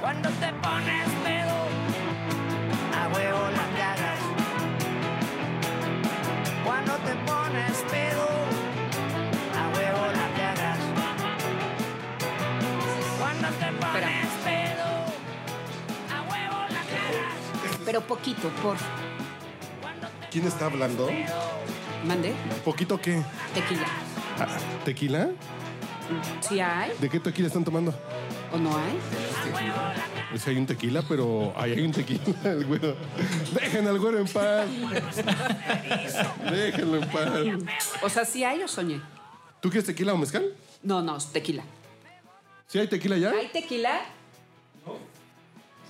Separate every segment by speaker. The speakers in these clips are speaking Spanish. Speaker 1: Cuando te pones pedo, a huevo la cagas. Cuando te pones pedo, a huevo la cagas. Cuando te pones pedo, a huevo la cagas.
Speaker 2: Pero poquito, por.
Speaker 3: ¿Quién está hablando?
Speaker 2: Mande.
Speaker 3: ¿Poquito qué?
Speaker 2: Tequila.
Speaker 3: Ah, ¿Tequila?
Speaker 2: ¿Sí hay
Speaker 3: ¿De qué tequila están tomando?
Speaker 2: o no hay?
Speaker 3: Es que hay un tequila, pero ahí hay un tequila, el güero. Dejen al güero en paz. Déjenlo en paz.
Speaker 2: O sea, ¿sí hay o soñé?
Speaker 3: ¿Tú quieres tequila o mezcal?
Speaker 2: No, no, es tequila.
Speaker 3: ¿Sí hay tequila ya?
Speaker 2: ¿Hay tequila?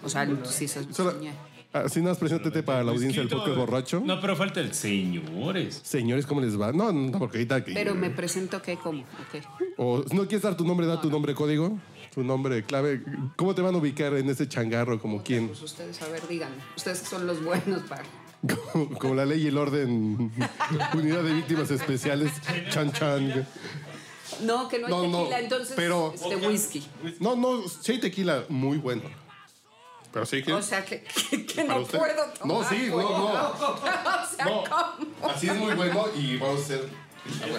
Speaker 2: O sea, sí, se
Speaker 3: Solo-
Speaker 2: soñé.
Speaker 3: así nada más preséntate para la audiencia del podcast borracho.
Speaker 4: No, pero falta el señores.
Speaker 3: Señores, ¿cómo les va? No, no, porque ahorita que-
Speaker 2: Pero me presento que como. ok.
Speaker 3: O si no quieres dar tu nombre, da tu nombre código, tu nombre clave. ¿Cómo te van a ubicar en este changarro? ¿Como quién?
Speaker 2: Pues ustedes, a ver, díganme. Ustedes que son los buenos para.
Speaker 3: Como, como la ley y el orden. Unidad de víctimas especiales. Chan Chan.
Speaker 2: No, que no hay
Speaker 3: No, no,
Speaker 2: tequila, entonces.
Speaker 3: pero-
Speaker 2: Este whisky.
Speaker 3: No, no, sí hay tequila muy bueno. Pero sí que.
Speaker 2: O sea, que, que, que
Speaker 3: ¿Para
Speaker 2: no
Speaker 3: usted?
Speaker 2: puedo
Speaker 3: No,
Speaker 2: tomar.
Speaker 3: sí, no,
Speaker 2: güey.
Speaker 3: no.
Speaker 2: O sea,
Speaker 3: No,
Speaker 2: ¿cómo?
Speaker 3: así es muy bueno y vamos a hacer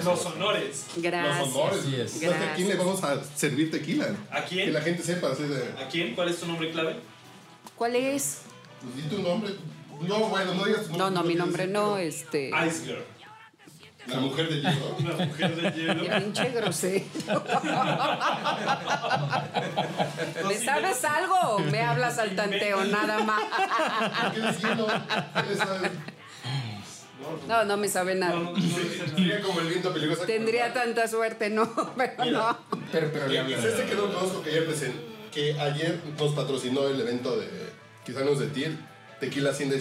Speaker 5: Los honores.
Speaker 2: Gracias.
Speaker 3: los honores.
Speaker 4: Así es.
Speaker 3: No sé ¿A quién le
Speaker 2: Gracias.
Speaker 3: vamos a servir tequila?
Speaker 5: ¿A quién?
Speaker 3: Que la gente sepa. así de,
Speaker 5: ¿A quién? ¿Cuál es tu nombre clave?
Speaker 2: ¿Cuál es?
Speaker 3: pues, di tu nombre. No, bueno, no digas tu nombre.
Speaker 2: No, no, mi
Speaker 3: quieres
Speaker 2: nombre
Speaker 3: decir,
Speaker 2: no, este.
Speaker 4: Ah,
Speaker 5: Ice Girl.
Speaker 3: pero La mujer de hielo.
Speaker 5: La mujer de
Speaker 2: Qué
Speaker 5: hielo.
Speaker 2: pinche grosero. ¿Me sabes algo o me hablas al tanteo? Nada más.
Speaker 3: ¿Qué eres hielo? Esa-
Speaker 2: No, no me sabe
Speaker 5: No,
Speaker 2: nada.
Speaker 5: no, no dice nada.
Speaker 3: Sería como el viento peligroso.
Speaker 2: Tendría tanta suerte, no, pero no.
Speaker 3: Pero, pero, este que no conozco que ayer presen- que ayer nos patrocinó el evento de quizá no es de Tiel, Tequila Hacienda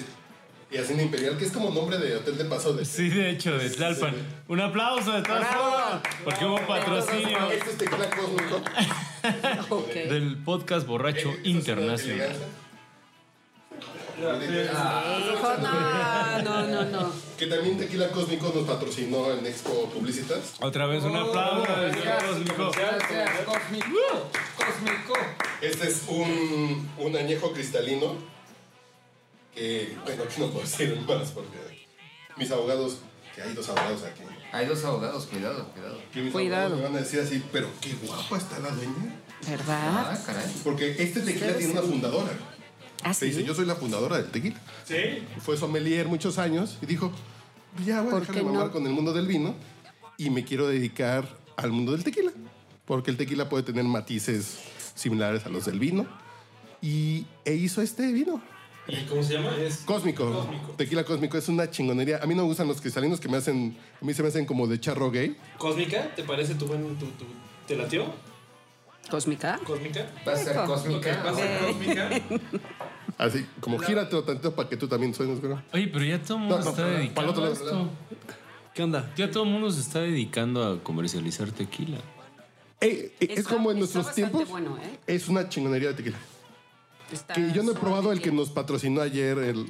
Speaker 3: y Hacienda Imperial, que es como nombre de hotel de paso de.
Speaker 4: Sí, de hecho, de Tlalpan. Un aplauso de todas
Speaker 2: Bravo.
Speaker 4: formas. Porque hubo patrocinio
Speaker 3: Este es Tequila Cósmico.
Speaker 2: Ok.
Speaker 4: del podcast borracho
Speaker 3: Esto es
Speaker 4: internacional.
Speaker 3: elegancia.
Speaker 2: Hijo, no, no, no, no.
Speaker 3: Que también Tequila Cósmico nos patrocinó en Expo Publicitas.
Speaker 4: Otra vez un aplauso del señor Cósmico.
Speaker 6: Oh, Gracias, Cósmico. Cósmico.
Speaker 3: Este es un, un añejo cristalino. Que, bueno, aquí no puedo decir más porque mis abogados, que hay dos abogados aquí.
Speaker 6: Hay dos abogados, cuidado, cuidado.
Speaker 3: Que mis
Speaker 2: Cuidado.
Speaker 3: abogados me van a decir así, pero qué guapa está la dueña.
Speaker 2: ¿Verdad? ¿Ah,
Speaker 6: Ah, caray.
Speaker 3: Porque este tequila tiene una fundadora. Se dice,
Speaker 2: Así.
Speaker 3: yo soy la fundadora del tequila.
Speaker 5: ¿Sí?
Speaker 3: Fue sommelier muchos años y dijo, "Pues ya voy a
Speaker 2: ¿Por
Speaker 3: dejar
Speaker 2: qué
Speaker 3: de mamar
Speaker 2: no?
Speaker 3: con el mundo del vino y me quiero dedicar al mundo del tequila. Porque el tequila puede tener matices similares a los del vino. Y e hizo este vino.
Speaker 5: ¿Y cómo se llama? Es
Speaker 3: Cósmico.
Speaker 5: Cósmico.
Speaker 3: Tequila cósmico es una chingonería. A mí no me gustan los cristalinos que me hacen, a mí se me hacen como de charro gay.
Speaker 5: ¿Cósmica? ¿Te parece tu buen... Tu, tu, ¿Te latió?
Speaker 2: ¿Cósmica?
Speaker 5: ¿Cósmica?
Speaker 6: Va a ser
Speaker 2: Rico.
Speaker 6: cósmica.
Speaker 5: ¿Vas a ser cósmica?
Speaker 3: Así, como gírate tantito para que tú también suenes, güey.
Speaker 4: Oye, pero ya todo
Speaker 3: No,
Speaker 4: el mundo
Speaker 3: no,
Speaker 4: está
Speaker 3: para el
Speaker 4: dedicando
Speaker 3: otro
Speaker 4: a
Speaker 3: lado.
Speaker 4: esto. ¿Qué onda? Ya todo el mundo se está dedicando a comercializar tequila.
Speaker 3: Ey, ey, Eh, es
Speaker 2: Está-
Speaker 3: como
Speaker 2: está
Speaker 3: en nuestros
Speaker 2: bastante
Speaker 3: tiempos.
Speaker 2: bueno, ¿eh?
Speaker 3: Es una chingonería de tequila.
Speaker 2: Está
Speaker 3: Que yo no he
Speaker 2: suave,
Speaker 3: probado el que
Speaker 2: bien.
Speaker 3: nos patrocinó ayer, el,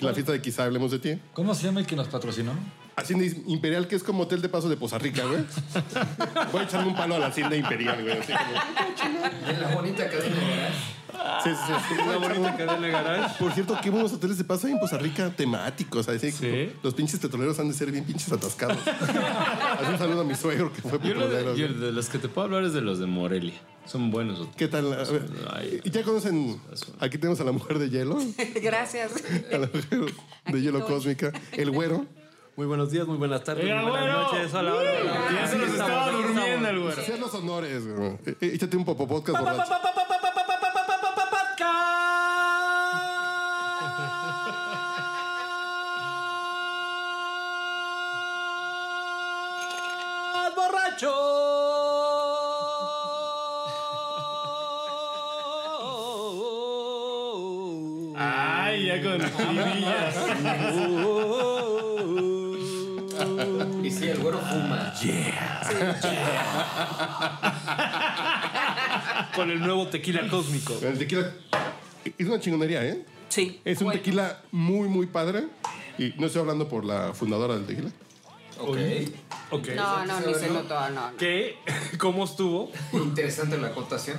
Speaker 3: la fiesta de Quizá Hablemos de Ti.
Speaker 7: ¿Cómo se llama el que nos patrocinó?
Speaker 3: Hacienda Imperial, que es como hotel de paso de Poza Rica, güey. Voy a echarme un palo a la Hacienda Imperial, güey. así como-
Speaker 6: Y en la bonita cadena de garage.
Speaker 3: Sí, sí, sí.
Speaker 4: Una bonita cadena garage.
Speaker 3: Por cierto, qué buenos hoteles de paso hay en Poza Rica temáticos. Así que
Speaker 4: Sí.
Speaker 3: los pinches petroleros han de ser bien pinches atascados. Así un saludo a mi suegro que fue
Speaker 4: Yo, lo de-
Speaker 3: petrolero.
Speaker 4: yo
Speaker 3: güey.
Speaker 4: de los que te puedo hablar es de los de Morelia. Son buenos.
Speaker 3: ¿Qué tal? A ver,
Speaker 4: Ay.
Speaker 3: ¿Ya conocen? Aquí tenemos a la mujer de hielo.
Speaker 2: Gracias.
Speaker 3: A la mujer de hielo
Speaker 2: estoy.
Speaker 3: cósmica. El güero.
Speaker 8: Muy buenos días, muy buenas tardes,
Speaker 4: Oiga,
Speaker 8: muy buenas
Speaker 4: bueno.
Speaker 8: noches. Hola, hola, hola.
Speaker 4: Ya se nos estaba durmiendo el güero.
Speaker 3: Hacer los honores, güey. Eh, eh, E-, Échate un popo podcast borracho.
Speaker 8: Pa, pa, pa, pa, pa, pa, pa, pa, pa,
Speaker 7: ya con librillas.
Speaker 6: Y sí, el güero fuma.
Speaker 7: con el nuevo tequila cósmico.
Speaker 3: El tequila es una chingonería, ¿eh?
Speaker 2: Sí.
Speaker 3: Es un
Speaker 2: bueno.
Speaker 3: tequila muy, muy padre. Y no estoy hablando por la fundadora del tequila.
Speaker 6: Ok.
Speaker 7: Ok.
Speaker 2: No, no, ni se notó, no. no.
Speaker 7: ¿Qué? ¿Cómo estuvo?
Speaker 6: Interesante la acotación.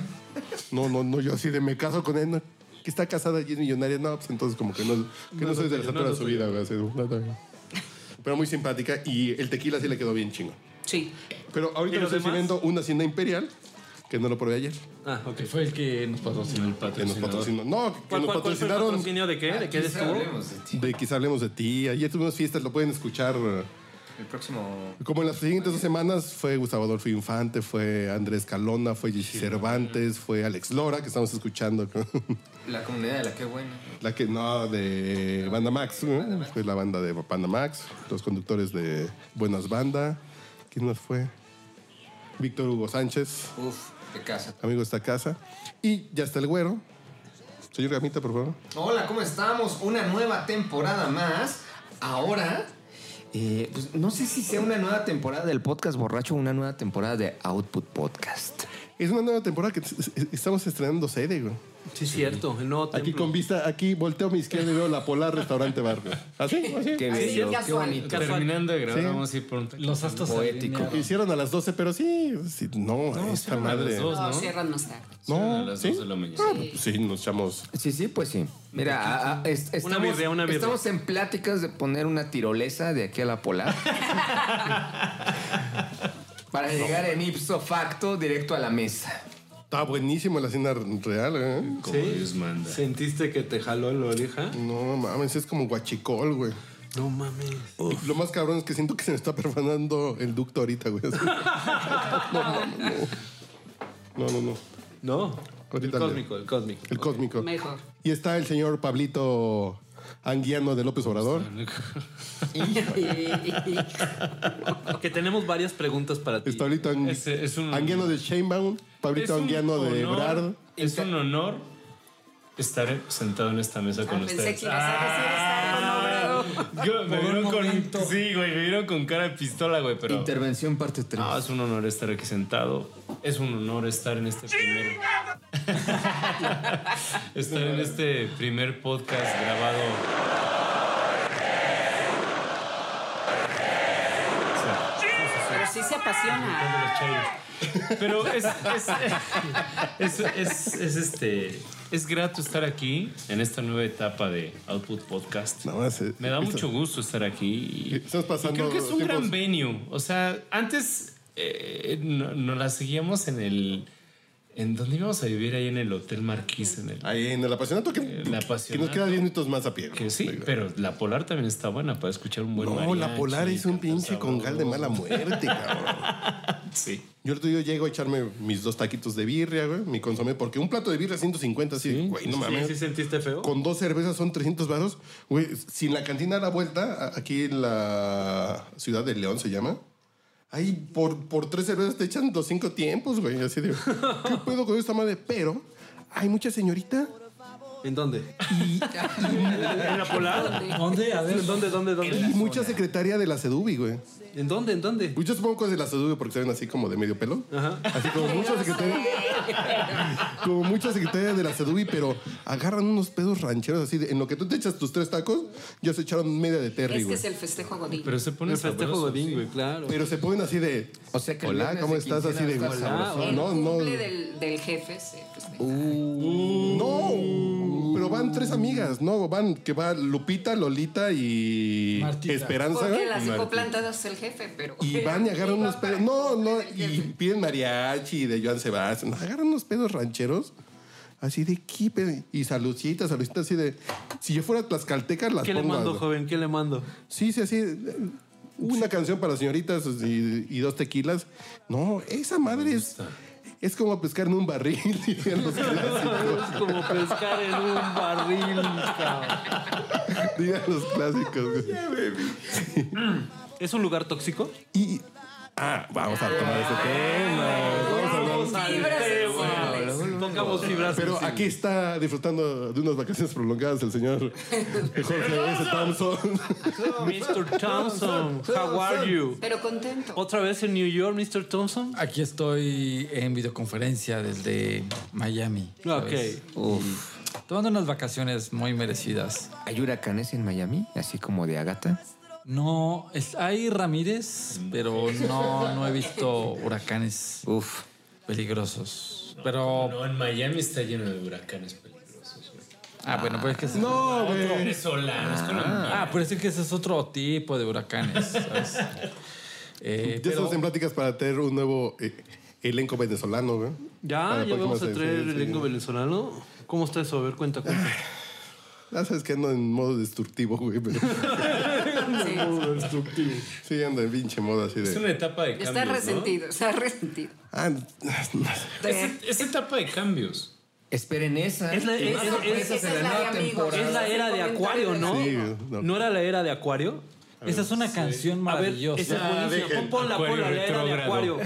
Speaker 3: No, no, no, yo así de me caso con él. no, que está casada y es millonaria. No, pues entonces como que no, que no, soy de la estatura de su vida. güey, así, no, no. Pero muy simpática y el tequila sí le quedó bien chingo.
Speaker 2: Sí.
Speaker 3: Pero ahorita
Speaker 7: ¿Y
Speaker 3: me
Speaker 7: los
Speaker 3: estoy
Speaker 7: demás?
Speaker 3: sirviendo una hacienda imperial que no lo probé ayer.
Speaker 7: Ah, ok.
Speaker 8: Fue el que nos patrocinó.
Speaker 3: Que nos patrocinó. No, que
Speaker 7: ¿Cuál,
Speaker 3: nos
Speaker 7: cuál, cuál fue el
Speaker 3: patrocinaron.
Speaker 7: patrocinio de qué? ¿De qué
Speaker 6: Quizá
Speaker 7: estuvo?
Speaker 6: hablemos de ti.
Speaker 3: de quizá hablemos de ti. Ayer tuvimos fiestas, lo pueden escuchar. eh,
Speaker 6: El próximo.
Speaker 3: Como en las siguientes dos semanas fue Gustavo Adolfo Infante, fue Andrés Calona, fue Jesse Cervantes, fue Alex Lora, que estamos escuchando,
Speaker 6: La comunidad de la que buena.
Speaker 3: la que no, de Banda Max, ¿no? fue la banda de Banda Max, los conductores de Buenas Banda, ¿quién más fue? Víctor Hugo Sánchez,
Speaker 6: Uf, de casa.
Speaker 3: amigo de esta casa, y ya está el güero. Señor Gamita, por favor.
Speaker 6: Hola, ¿cómo estamos? Una nueva temporada más. Ahora, eh, pues no sé si sea una nueva temporada del podcast borracho o una nueva temporada de Output Podcast.
Speaker 3: Es una nueva temporada que es- es- estamos estrenando sede, güey.
Speaker 7: Sí, es cierto. El nuevo
Speaker 3: Aquí
Speaker 7: templo.
Speaker 3: con vista, aquí volteo a mi izquierda y veo la Polar Restaurante Bar. güey. ¿Ah, ¿Así? ¿Así?
Speaker 6: Qué
Speaker 2: Así
Speaker 6: bello, qué
Speaker 2: casual.
Speaker 6: bonito.
Speaker 7: Casual.
Speaker 4: Terminando de grabar,
Speaker 3: Sí.
Speaker 4: vamos a ir por un tequila.
Speaker 7: Los astros
Speaker 6: Poético.
Speaker 7: alineados.
Speaker 3: Hicieron a las 12, pero sí. sí, no, esta
Speaker 4: cierran a
Speaker 3: madre.
Speaker 4: las 12.
Speaker 2: No,
Speaker 4: ¿no?
Speaker 2: cierran más tarde.
Speaker 3: No,
Speaker 4: A las
Speaker 3: ¿sí?
Speaker 4: 2 de la mañana.
Speaker 3: Ah, pues sí, nos echamos.
Speaker 6: Sí, sí, pues sí. Mira, a- a- es- estamos,
Speaker 7: birria, una birria.
Speaker 6: estamos en pláticas de poner una tirolesa de aquí a la polar. Para llegar en ipso facto directo a la mesa.
Speaker 3: Está buenísimo la cena real, ¿eh?
Speaker 4: Como Dios manda.
Speaker 7: ¿Sentiste que te jaló la oreja?
Speaker 3: No mames, es como guachicol, güey.
Speaker 7: No mames.
Speaker 3: Lo más cabrón es que siento que se me está perforando el ducto ahorita, güey. Así. No, mames, no. No, no, no.
Speaker 7: No. El
Speaker 3: Ahorita
Speaker 7: cósmico, el cósmico.
Speaker 3: El cósmico.
Speaker 2: Mejor.
Speaker 3: Y está el señor Pablito Anguiano de López Obrador.
Speaker 7: Que tenemos varias preguntas para ti.
Speaker 3: Está Pablito Ang-
Speaker 4: Ese es un-
Speaker 3: Anguiano de Sheinbaum,
Speaker 4: Es
Speaker 3: Pablito
Speaker 4: un
Speaker 3: Anguiano de
Speaker 4: honor-
Speaker 3: Ebrard.
Speaker 4: Es un honor estar sentado en esta mesa con
Speaker 2: Ah, pensé
Speaker 4: ustedes.
Speaker 2: que ibas a decir estar con
Speaker 4: Yo- me vieron con, sí, güey, me vieron con cara de pistola, güey, pero...
Speaker 6: Intervención parte 3.
Speaker 7: Ah,
Speaker 4: No, es un honor estar aquí sentado. Es un honor estar en este primer... estar en este primer podcast grabado... O sea,
Speaker 2: Pero sí se apasiona.
Speaker 4: los chairos. Pero es, es, es, es, es, este... Es grato estar aquí en esta nueva etapa de Output Podcast.
Speaker 3: Nada más, eh,
Speaker 4: Me da
Speaker 3: esto-
Speaker 4: mucho gusto estar aquí. y-
Speaker 3: Estás pasando
Speaker 4: y creo que es un
Speaker 3: tiempos-
Speaker 4: gran venue. O sea, antes eh, no- nos la seguíamos en el. ¿En dónde íbamos a vivir? Ahí en el Hotel Marquis. En el,
Speaker 3: Ahí en el apasionato que,
Speaker 4: El Apasionato.
Speaker 3: que nos queda 10 minutos más a pie.
Speaker 4: que sí,
Speaker 3: Oiga.
Speaker 4: pero la Polar también está buena para escuchar un buen
Speaker 3: no, la
Speaker 4: mariachi,
Speaker 3: Polar es un
Speaker 4: cantar
Speaker 3: pinche congal de
Speaker 4: sabroso.
Speaker 3: mala muerte, cabrón.
Speaker 4: Sí.
Speaker 3: Yo el otro día llego a echarme mis dos taquitos de birria, güey, mi consomé, porque un plato de birria 150, así, güey, no
Speaker 7: ¿Sí,
Speaker 3: mames.
Speaker 7: sí sentiste feo?
Speaker 3: Con dos cervezas son 300 varos. Güey, sin la cantina a la vuelta, a- aquí en la ciudad de León se llama. Ahí por, por tres cervezas te echan los cinco tiempos, güey. Así de, ¿qué puedo con esta madre? Pero hay mucha señorita
Speaker 7: ¿En dónde? ¿En la polar?
Speaker 8: ¿Dónde? A ver.
Speaker 7: ¿En dónde, dónde,
Speaker 3: y
Speaker 7: dónde?
Speaker 3: mucha secretaria de la Sedubi, güey.
Speaker 7: ¿En dónde, en dónde?
Speaker 3: Pues Yo supongo que es de la Sedubi porque se ven así como de medio pelo.
Speaker 7: Ajá.
Speaker 3: Así como muchas secretarias. como muchas secretarias de la Sedubi, pero agarran unos pedos rancheros así. de- en lo que tú te echas tus tres tacos, ya se echaron media de Terry,
Speaker 2: Este
Speaker 3: güey.
Speaker 2: es el festejo Godín.
Speaker 4: Pero se pone
Speaker 7: El festejo
Speaker 4: sabroso.
Speaker 7: Godín, güey, claro.
Speaker 3: Pero se ponen así de.
Speaker 6: O sea que el
Speaker 3: Hola,
Speaker 6: viernes
Speaker 3: ¿cómo
Speaker 6: de
Speaker 3: estás? Así
Speaker 6: quincena
Speaker 3: de.
Speaker 6: va a estar
Speaker 7: Hola,
Speaker 3: güey.
Speaker 2: el
Speaker 3: No, no.
Speaker 2: cumple del, del jefe se festeja.
Speaker 3: No. Pero van tres amigas, ¿no? Van, que va Lupita, Lolita y.
Speaker 8: Martita.
Speaker 3: Esperanza.
Speaker 2: Porque las
Speaker 3: Martita.
Speaker 2: plantadas es el jefe, pero...
Speaker 3: Y van y agarran
Speaker 2: Mi
Speaker 3: unos
Speaker 2: papá
Speaker 3: pedos. No, no,
Speaker 2: es el
Speaker 3: y
Speaker 2: jefe.
Speaker 3: piden mariachi de Joan Sebastián. Agarran unos pedos rancheros. Así de qué pedo? Y saludcita, saludcita así de. Si yo fuera tlaxcalteca, las
Speaker 7: ¿Qué le
Speaker 3: pongo a-
Speaker 7: mando, joven? ¿Qué le mando?
Speaker 3: Sí, sí, así. Una canción para señoritas y, y dos tequilas. No, esa madre es. Es como pescar en un barril. dirían los clásicos.
Speaker 7: Es como pescar en un barril, cabrón.
Speaker 3: Digan los clásicos. güey.
Speaker 7: ¿Es un lugar tóxico?
Speaker 3: Y. Ah, vamos a tomar ese tema.
Speaker 2: Fibras sensibles.
Speaker 7: Tóxico sacamos fibras.
Speaker 3: Pero aquí está disfrutando de unas vacaciones prolongadas el señor Jorge S. Thompson.
Speaker 7: Mr. Thompson, how are you?
Speaker 2: Pero contento.
Speaker 7: ¿Otra vez en New York, Mr. Thompson?
Speaker 9: Aquí estoy en videoconferencia desde Miami. ¿sabes?
Speaker 7: Ok.
Speaker 6: Uf.
Speaker 9: Tomando unas vacaciones muy merecidas.
Speaker 6: ¿Hay huracanes en Miami? Así como de Agata.
Speaker 9: No, es, hay Ramírez, pero no, no he visto huracanes
Speaker 6: Uf.
Speaker 9: peligrosos. Pero,
Speaker 4: No, en Miami está lleno de huracanes peligrosos. güey.
Speaker 9: ah, bueno, pues es que es-
Speaker 3: No, güey.
Speaker 4: Venezolanos, colombianos.
Speaker 9: Ah, pero es que ese es otro tipo de huracanes. ¿sabes? Eh,
Speaker 3: Ya
Speaker 9: pero-
Speaker 3: estamos en pláticas para tener un nuevo eh, elenco venezolano, güey. Para
Speaker 7: Ya, ya
Speaker 3: la
Speaker 7: vamos a
Speaker 3: próxima
Speaker 7: traer
Speaker 3: sesión,
Speaker 7: el elenco
Speaker 3: sí.
Speaker 7: venezolano. ¿Cómo está eso? A ver, cuenta, cuenta.
Speaker 3: Ya sabes que ando en modo destructivo, güey. pero-
Speaker 2: Sí.
Speaker 3: Sí, ando en pinche modo así
Speaker 4: Es
Speaker 3: de.
Speaker 4: una etapa de cambios.
Speaker 2: Está
Speaker 4: ¿no?
Speaker 2: resentido, está resentido.
Speaker 3: Ah,
Speaker 4: Es, es etapa de cambios.
Speaker 6: Esperen esa.
Speaker 7: Es la-
Speaker 6: Y
Speaker 7: es-
Speaker 6: más
Speaker 7: es-
Speaker 6: sorpresas
Speaker 2: esa
Speaker 6: en
Speaker 2: es la de
Speaker 6: nueva
Speaker 2: amigos.
Speaker 6: temporada.
Speaker 7: Es la era de Acuario, ¿no?
Speaker 3: Sí, no.
Speaker 7: ¿No era la era de Acuario?
Speaker 9: Esa es una canción
Speaker 7: A ver,
Speaker 9: maravillosa.
Speaker 7: esa
Speaker 4: Ah,
Speaker 7: es buenísima.
Speaker 4: dejen.
Speaker 7: Pon, ponla,
Speaker 4: Acuario
Speaker 7: ponla, la era de
Speaker 4: retrógrado.
Speaker 7: Acuario.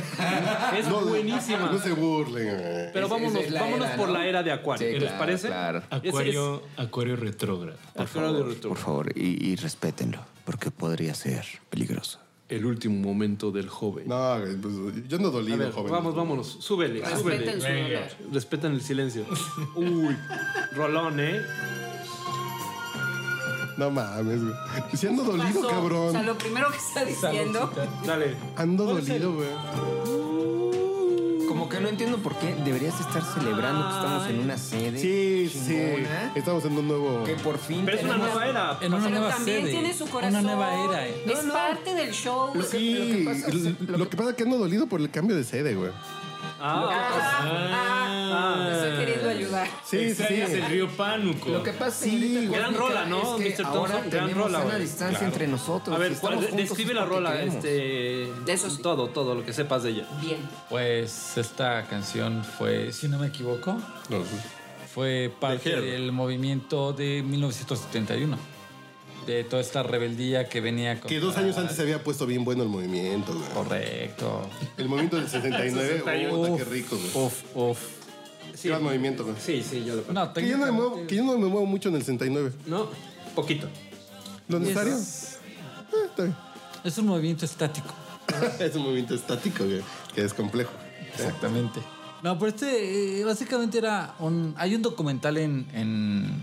Speaker 7: Es
Speaker 3: no,
Speaker 7: buenísima.
Speaker 3: No se burlen, güey.
Speaker 7: Pero
Speaker 6: Esa- esa
Speaker 7: vámonos,
Speaker 6: es la
Speaker 7: vámonos
Speaker 6: era,
Speaker 7: por
Speaker 6: ¿no?
Speaker 7: la era de Acuario.
Speaker 6: Sí,
Speaker 7: ¿Les
Speaker 6: claro,
Speaker 7: parece?
Speaker 6: claro.
Speaker 7: Ese es-
Speaker 4: Acuario, Acuario retrógrado.
Speaker 6: Por
Speaker 7: Acuario de
Speaker 6: favor,
Speaker 7: retro.
Speaker 6: por favor, y, y respétenlo, porque podría ser peligroso.
Speaker 8: El último momento del joven.
Speaker 3: No, güey, pues, yo ando
Speaker 7: A
Speaker 3: dolido,
Speaker 7: ver,
Speaker 3: joven.
Speaker 7: vamos, vámonos. Súbele,
Speaker 2: Respeten
Speaker 7: súbele.
Speaker 2: su dolor.
Speaker 7: Respetan el silencio. Uy, rolón, ¿eh?
Speaker 3: No mames, güey. Sí, ando dolido,
Speaker 2: Pasó. O sea,
Speaker 3: cabrón.
Speaker 2: lo primero que está diciendo.
Speaker 7: Dale.
Speaker 3: Ando dolido, güey.
Speaker 6: Como que no entiendo por qué deberías estar celebrando que estamos en una sede.
Speaker 3: Sí, sí.
Speaker 6: chingona,
Speaker 3: Estamos en un nuevo.
Speaker 6: Que por fin.
Speaker 7: Pero es una
Speaker 6: tenemos-
Speaker 7: nueva era.
Speaker 9: en una
Speaker 2: Pero
Speaker 9: nueva
Speaker 2: también
Speaker 9: sede,
Speaker 2: tiene su corazón.
Speaker 9: Una nueva era. eh.
Speaker 2: Es parte del show.
Speaker 3: Sí, lo que, pasa, es que ando dolido por el cambio de sede, güey.
Speaker 7: Ah,
Speaker 2: Ajá, ajá. Te estoy queriendo ayudar.
Speaker 3: Sí, sí,
Speaker 4: Extrañas el río Pánuco.
Speaker 6: Lo que pasa
Speaker 3: Sí.
Speaker 6: ahorita con
Speaker 7: Gran
Speaker 6: Mica
Speaker 7: rola, ¿no,
Speaker 6: es que
Speaker 7: Mr. Thompson?
Speaker 6: Ahora
Speaker 7: Gran
Speaker 6: tenemos
Speaker 7: rola,
Speaker 6: una
Speaker 7: güey.
Speaker 6: distancia entre nosotros.
Speaker 7: a ver,
Speaker 6: Si estamos
Speaker 7: ¿cuál-
Speaker 6: juntos
Speaker 7: describe
Speaker 6: es
Speaker 7: la
Speaker 6: porque
Speaker 7: rola.
Speaker 6: queremos.
Speaker 7: Este,
Speaker 2: eso sí.
Speaker 7: Todo, todo lo que sepas de ella.
Speaker 2: Bien.
Speaker 9: Pues esta canción fue, si no me equivoco, fue parte
Speaker 7: Herb.
Speaker 9: del movimiento de 1971. De toda esta rebeldía que venía con.
Speaker 3: Que dos años antes se había puesto bien bueno el movimiento, güey.
Speaker 9: Correcto.
Speaker 3: El movimiento del 69, puta, qué rico, güey.
Speaker 9: Uf, uf.
Speaker 3: Qué gran movimiento, güey.
Speaker 7: Sí, sí, yo lo conozco.
Speaker 9: No,
Speaker 3: Que yo, no me muevo, que yo no me muevo mucho en el 69.
Speaker 7: No, poquito.
Speaker 3: ¿Lo necesario?
Speaker 9: Es,
Speaker 3: Eh, está bien.
Speaker 9: es un movimiento estático.
Speaker 3: es un movimiento estático, güey, que es complejo.
Speaker 9: Exactamente. No, pero este eh, básicamente era un... Hay un documental en, en,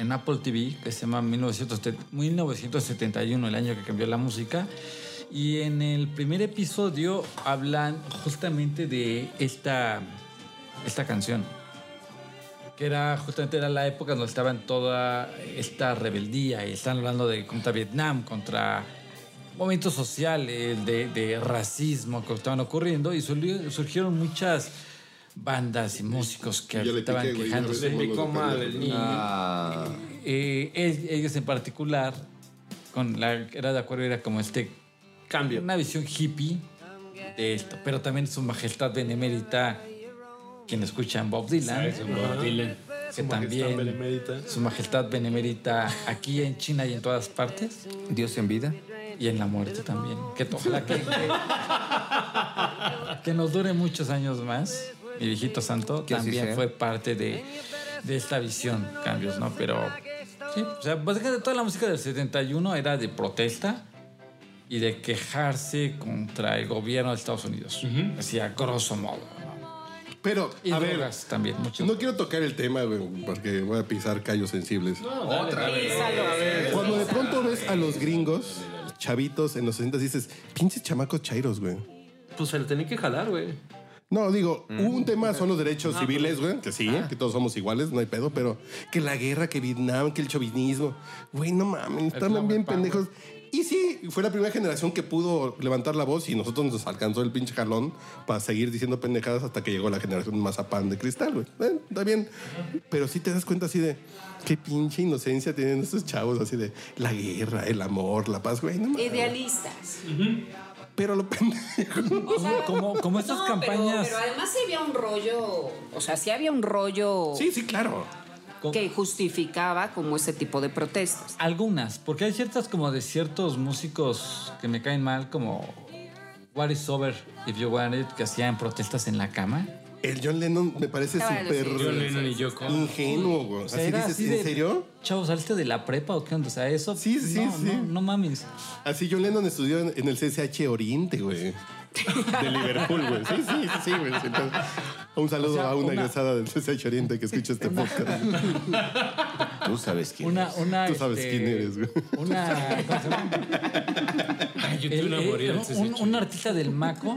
Speaker 9: en Apple TV que se llama 1970 1971, el año que cambió la música. Y en el primer episodio hablan justamente de esta, esta canción. Que era justamente era la época donde estaba en toda esta rebeldía y están hablando de contra Vietnam, contra movimientos sociales, de, de racismo que estaban ocurriendo y surgió- surgieron muchas bandas y músicos que
Speaker 3: Yo le
Speaker 9: estaban
Speaker 3: piqué, güey,
Speaker 9: quejándose.
Speaker 3: yo le
Speaker 7: Picó mal el niño.
Speaker 3: Ah,
Speaker 6: Ah,
Speaker 9: Eh, el- ellos en particular, con la era de acuerdo, era como este,
Speaker 7: Cambio.
Speaker 9: una visión hippie de esto, pero también su majestad benemérita, quien escuchan Bob Dylan,
Speaker 4: Eso, Bob Dylan.
Speaker 9: que también su majestad benemérita aquí en China y en todas partes.
Speaker 6: Dios en vida.
Speaker 9: Y en la muerte también. Que ojalá que, que- que nos dure muchos años más. Mi viejito santo
Speaker 6: Que así
Speaker 9: también
Speaker 6: sea.
Speaker 9: fue parte de, de esta visión, cambios, ¿no? Pero sí, o sea, básicamente toda la música del 71 era de protesta y de quejarse contra el gobierno de Estados Unidos. Así a grosso modo. ¿no?
Speaker 3: Pero,
Speaker 9: Y
Speaker 3: a ver,
Speaker 9: drogas también, mucho.
Speaker 3: no quiero tocar el tema, güey, porque voy a pisar callos sensibles. Cuando de pronto ves a los gringos, chavitos en los 60 dices, pinches chamacos chairos, güey.
Speaker 7: Pues se le tenía que jalar, güey.
Speaker 3: No, digo,
Speaker 4: Mm.
Speaker 3: un tema son los derechos civiles, güey, que sí, que todos somos iguales, no hay pedo, pero que la guerra, que Vietnam, que el chauvinismo, güey, no mames, estaban
Speaker 9: flower
Speaker 3: bien
Speaker 9: power.
Speaker 3: pendejos. Y sí, fue la primera generación que pudo levantar la voz y nosotros nos alcanzó el pinche jalón para seguir diciendo pendejadas hasta que llegó la generación mazapán de cristal, güey. Eh, está bien. Pero sí te das cuenta así de qué pinche inocencia tienen estos chavos, así de la guerra, el amor, la paz, güey, no mames.
Speaker 2: Idealistas.
Speaker 3: Pero lo pendejo.
Speaker 2: O sea,
Speaker 9: como- como estas
Speaker 2: no, pero-
Speaker 9: campañas-
Speaker 2: Pero, además sí había un rollo. O sea, sí había un rollo
Speaker 3: Sí, sí, claro.
Speaker 2: que justificaba como ese tipo de protestas.
Speaker 9: Algunas, porque hay ciertas como de ciertos músicos que me caen mal, como What is Over If You Want It, que hacían protestas en la cama.
Speaker 3: El John Lennon me parece
Speaker 2: Acaba de
Speaker 3: súper
Speaker 2: lucir.
Speaker 4: John Lennon y Yoko.
Speaker 3: ingenuo, güey.
Speaker 9: O sea,
Speaker 3: Así
Speaker 9: era
Speaker 3: dices,
Speaker 9: así de,
Speaker 3: ¿en serio?
Speaker 9: Chavo, ¿saliste de la prepa o qué onda? O sea, eso.
Speaker 3: Sí, sí,
Speaker 9: no,
Speaker 3: sí.
Speaker 9: No, no mames.
Speaker 3: Así John Lennon estudió en, en el CCH Oriente, güey. De Liverpool, güey. Sí, sí, sí, sí, güey. Sí, entonces, un saludo
Speaker 9: O sea,
Speaker 3: a una,
Speaker 9: una-
Speaker 3: egresada del CCH Oriente que escucha este podcast.
Speaker 6: Tú sabes quién
Speaker 9: Una, una.
Speaker 3: Tú sabes
Speaker 9: este,
Speaker 3: quién eres, güey.
Speaker 9: Una. ¿cómo se llama?
Speaker 4: Ay, Ah, yo
Speaker 9: El-
Speaker 4: tuve una
Speaker 9: el-
Speaker 4: morir.
Speaker 9: un- un, un artista del Maco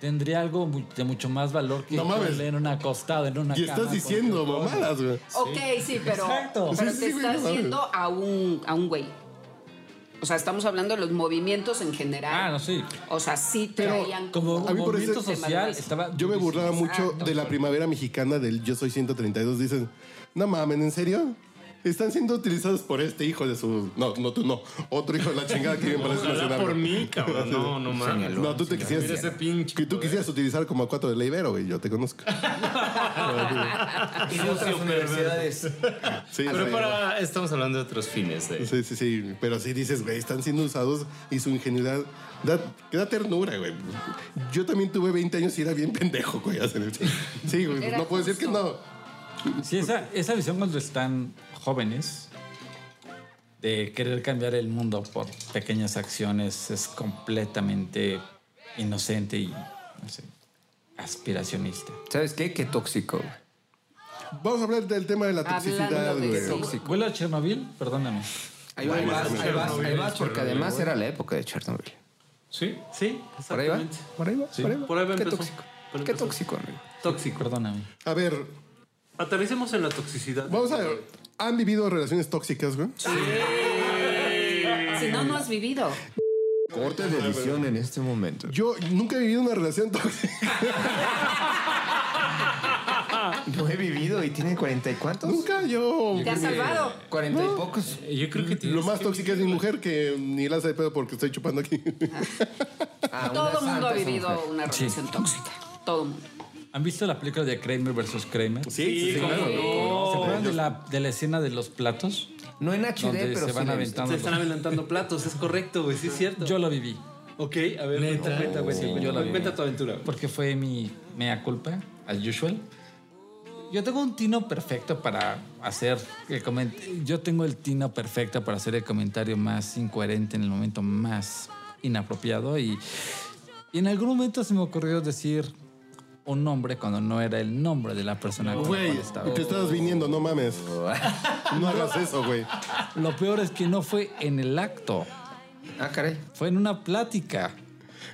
Speaker 9: tendría algo mu- de mucho más valor que
Speaker 3: No mames.
Speaker 9: en un acostado, en una
Speaker 3: Y
Speaker 9: cama
Speaker 3: estás
Speaker 9: con-
Speaker 3: diciendo mamadas, güey.
Speaker 2: Ok, sí, pero,
Speaker 9: Exacto.
Speaker 2: pero
Speaker 3: Sí, sí,
Speaker 2: te
Speaker 3: güey, no
Speaker 2: estás
Speaker 3: mames.
Speaker 2: yendo a un, a un güey. O sea, estamos hablando de los movimientos en general.
Speaker 9: Ah, no, sí.
Speaker 2: O sea, sí
Speaker 3: Pero
Speaker 2: traían
Speaker 9: Como
Speaker 3: A
Speaker 9: un
Speaker 3: mí por eso-
Speaker 9: movimiento social estaba.
Speaker 3: Yo me burlaba mucho
Speaker 2: Exacto.
Speaker 3: de la primavera mexicana del Yo Soy 132. Dicen, no mamen, ¿en serio? Están siendo utilizados por este hijo de su... No, no, tú no. Otro hijo de la chingada que viene para eso
Speaker 4: Ojalá
Speaker 3: nacional.
Speaker 4: por mí, cabrón. No, no mames.
Speaker 3: No, tú te
Speaker 4: Mira
Speaker 3: quisieras...
Speaker 4: ese pinche.
Speaker 3: Que tú
Speaker 4: güey.
Speaker 3: quisieras utilizar como a cuatro de la Ibero, güey. Yo te conozco.
Speaker 6: Y de otras
Speaker 4: Socio perverso.
Speaker 6: universidades.
Speaker 3: Sí, o
Speaker 4: Pero
Speaker 3: sea,
Speaker 4: para. Estamos hablando de otros fines. De...
Speaker 3: Sí, sí, sí. Pero sí dices, güey, están siendo usados y su ingenuidad da, que da ternura, güey. Yo también tuve 20 años y era bien pendejo, güey. Sí, güey.
Speaker 2: Era
Speaker 3: no puedo decir que no.
Speaker 9: Sí, esa, esa visión cuando están jóvenes de querer cambiar el mundo por pequeñas acciones es completamente inocente y no sé, aspiracionista.
Speaker 6: ¿Sabes qué? Qué tóxico. güey.
Speaker 3: Vamos a hablar del tema de la toxicidad,
Speaker 2: Hablando de
Speaker 3: güey.
Speaker 2: eso.
Speaker 6: Tóxico.
Speaker 9: ¿Vuelo a Chernobyl? Perdóname.
Speaker 6: Ahí vas, ahí vas, ahí vas, ahí vas, porque además era la época de Chernobyl.
Speaker 5: Sí.
Speaker 9: Sí.
Speaker 6: Por ahí va.
Speaker 5: Exactamente.
Speaker 6: Por ahí va. Por ahí va.
Speaker 5: Por ahí va,
Speaker 6: Qué
Speaker 5: empezó. Por
Speaker 6: tóxico.
Speaker 5: ahí
Speaker 6: Qué
Speaker 5: empezó.
Speaker 6: tóxico, amigo.
Speaker 5: Tóxico.
Speaker 9: Perdóname.
Speaker 3: A ver,
Speaker 5: Aterricemos en la toxicidad.
Speaker 3: vamos a ver. ¿Han vivido relaciones tóxicas, güey?
Speaker 2: Si no, no has vivido.
Speaker 6: Corte de edición en este momento.
Speaker 3: Yo nunca he vivido una relación tóxica.
Speaker 6: No he vivido y tiene cuarenta y cuántos.
Speaker 3: Nunca yo.
Speaker 2: Te has salvado.
Speaker 6: Cuarenta y pocos.
Speaker 9: Eh,
Speaker 4: Yo creo que tienes
Speaker 3: Lo más
Speaker 4: que-
Speaker 3: tóxica es mi mujer que ni la hace de pedo porque estoy chupando aquí.
Speaker 6: Ah, una
Speaker 2: Todo el mundo
Speaker 6: santa
Speaker 2: ha
Speaker 6: esa
Speaker 2: vivido
Speaker 6: mujer.
Speaker 2: una relación tóxica. Todo el mundo.
Speaker 9: ¿Han visto la película de Kramer versus Kramer?
Speaker 3: Sí, sí, claro.
Speaker 9: ¿Se acuerdan de la, de la escena de los platos?
Speaker 6: No en HD,
Speaker 9: Donde
Speaker 6: pero
Speaker 9: se
Speaker 6: sí
Speaker 9: van
Speaker 6: la he
Speaker 9: aventando.
Speaker 5: Se están
Speaker 9: los-
Speaker 5: adelantando platos, es correcto, güey, sí es cierto.
Speaker 9: Yo la viví.
Speaker 5: Ok, a ver,
Speaker 9: Neta,
Speaker 5: cuenta, güey,
Speaker 9: sí,
Speaker 5: cuenta,
Speaker 9: yo la vi.
Speaker 5: cuenta tu aventura. güey.
Speaker 9: porque fue mi mea culpa, as usual. Yo tengo un tino perfecto para hacer el comentario. Yo tengo el tino perfecto para hacer el comentario más incoherente en el momento más inapropiado. Y, y en algún momento se me ocurrió decir un nombre cuando no era el nombre de la persona con la
Speaker 3: Güey,
Speaker 9: cual estaba.
Speaker 3: te estás viniendo, no mames. No hagas eso, güey.
Speaker 9: Lo peor es que no fue en el acto,
Speaker 6: Ah, caray.
Speaker 9: fue en una plática.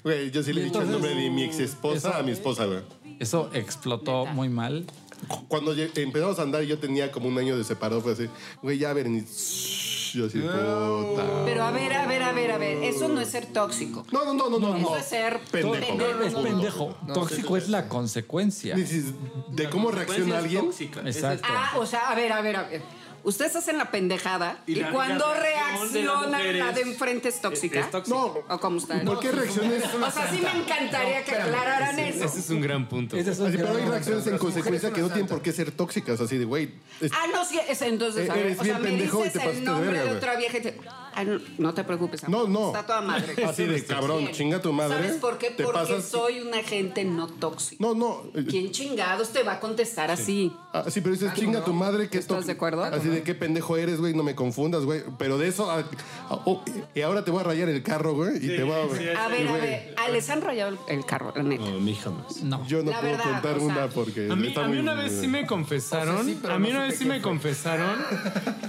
Speaker 3: Güey, yo sí le he
Speaker 9: Y
Speaker 3: dicho el
Speaker 9: entonces-
Speaker 3: nombre de mi ex esposa
Speaker 9: Esa-
Speaker 3: a mi esposa, güey.
Speaker 9: Eso explotó muy mal.
Speaker 3: Cuando lle- empezamos a andar, yo tenía como un año de separado. Fue así, güey, ya, Berenice. Yo así, puta.
Speaker 2: Pero a ver, a ver, a ver, a ver. Eso no es ser tóxico.
Speaker 3: No, no, no, no, no.
Speaker 2: Eso
Speaker 3: no.
Speaker 2: es ser
Speaker 3: pendejo.
Speaker 2: pendejo.
Speaker 3: güey.
Speaker 9: Es pendejo. Tóxico es la consecuencia.
Speaker 3: Dices, ¿De cómo reacciona
Speaker 5: Consecuencias
Speaker 3: alguien?
Speaker 5: tóxicas. Esa es-
Speaker 9: Exacto.
Speaker 2: Ah, o sea, a ver, a ver, a ver. Ustedes hacen la pendejada
Speaker 5: Y
Speaker 2: y,
Speaker 5: la-
Speaker 2: cuando
Speaker 5: la reacción de las
Speaker 2: reaccionan la de
Speaker 5: mujeres
Speaker 2: enfrente es tóxica.
Speaker 5: es tóxica.
Speaker 3: No.
Speaker 2: ¿O cómo está?
Speaker 3: ¿Por qué reacciones?
Speaker 2: O sea, sí me encantaría que aclararan
Speaker 4: Ese
Speaker 2: eso.
Speaker 4: es un gran punto.
Speaker 9: Ese es un
Speaker 3: Así, pero
Speaker 9: gran
Speaker 3: hay reacciones en
Speaker 6: Las mujeres
Speaker 3: consecuencia
Speaker 6: son
Speaker 3: que no
Speaker 6: las
Speaker 3: tienen
Speaker 6: santas.
Speaker 3: por qué ser tóxicas, así de, güey, es-
Speaker 2: Ah, no, sí, es, entonces, a ver,
Speaker 3: Eh, Eres
Speaker 2: o sea,
Speaker 3: bien
Speaker 2: me
Speaker 3: pendejo y
Speaker 2: dices
Speaker 3: te pasaste
Speaker 2: el
Speaker 3: de
Speaker 2: nombre
Speaker 3: verga,
Speaker 2: de
Speaker 3: güey.
Speaker 2: otra vieja y te... Ah, no, no te preocupes.
Speaker 3: No,
Speaker 2: amor,
Speaker 3: no.
Speaker 2: Está toda madre.
Speaker 3: Así de cabrón,
Speaker 2: Bien.
Speaker 3: chinga tu madre,
Speaker 2: ¿Sabes por qué?
Speaker 3: te
Speaker 2: Porque
Speaker 3: pasas-
Speaker 2: soy una gente no tóxica.
Speaker 3: no, no. eh,
Speaker 2: ¿Quién chingados te va a contestar así?
Speaker 3: Ah, sí, pero dices, chinga tu madre, que
Speaker 2: ¿Estás
Speaker 3: tox-
Speaker 2: de acuerdo?
Speaker 3: Así de qué pendejo eres, güey, no me confundas, güey. Pero de eso, a- a- oh, y ahora te voy a rayar el carro, güey, y te voy a.
Speaker 2: A ver, a ver. ah, les han rayado el- el carro, la neta.
Speaker 4: No, mi jamás.
Speaker 9: No.
Speaker 3: Yo no
Speaker 2: La
Speaker 3: puedo
Speaker 2: verdad,
Speaker 3: contar
Speaker 2: o sea,
Speaker 3: una porque.
Speaker 4: A mí,
Speaker 3: está
Speaker 4: a mí
Speaker 3: muy-
Speaker 4: una vez sí me confesaron,
Speaker 6: O sea, sí, pero
Speaker 4: a mí
Speaker 6: no
Speaker 4: una
Speaker 6: supe
Speaker 4: vez sí
Speaker 6: quién
Speaker 4: me
Speaker 6: fue.
Speaker 4: confesaron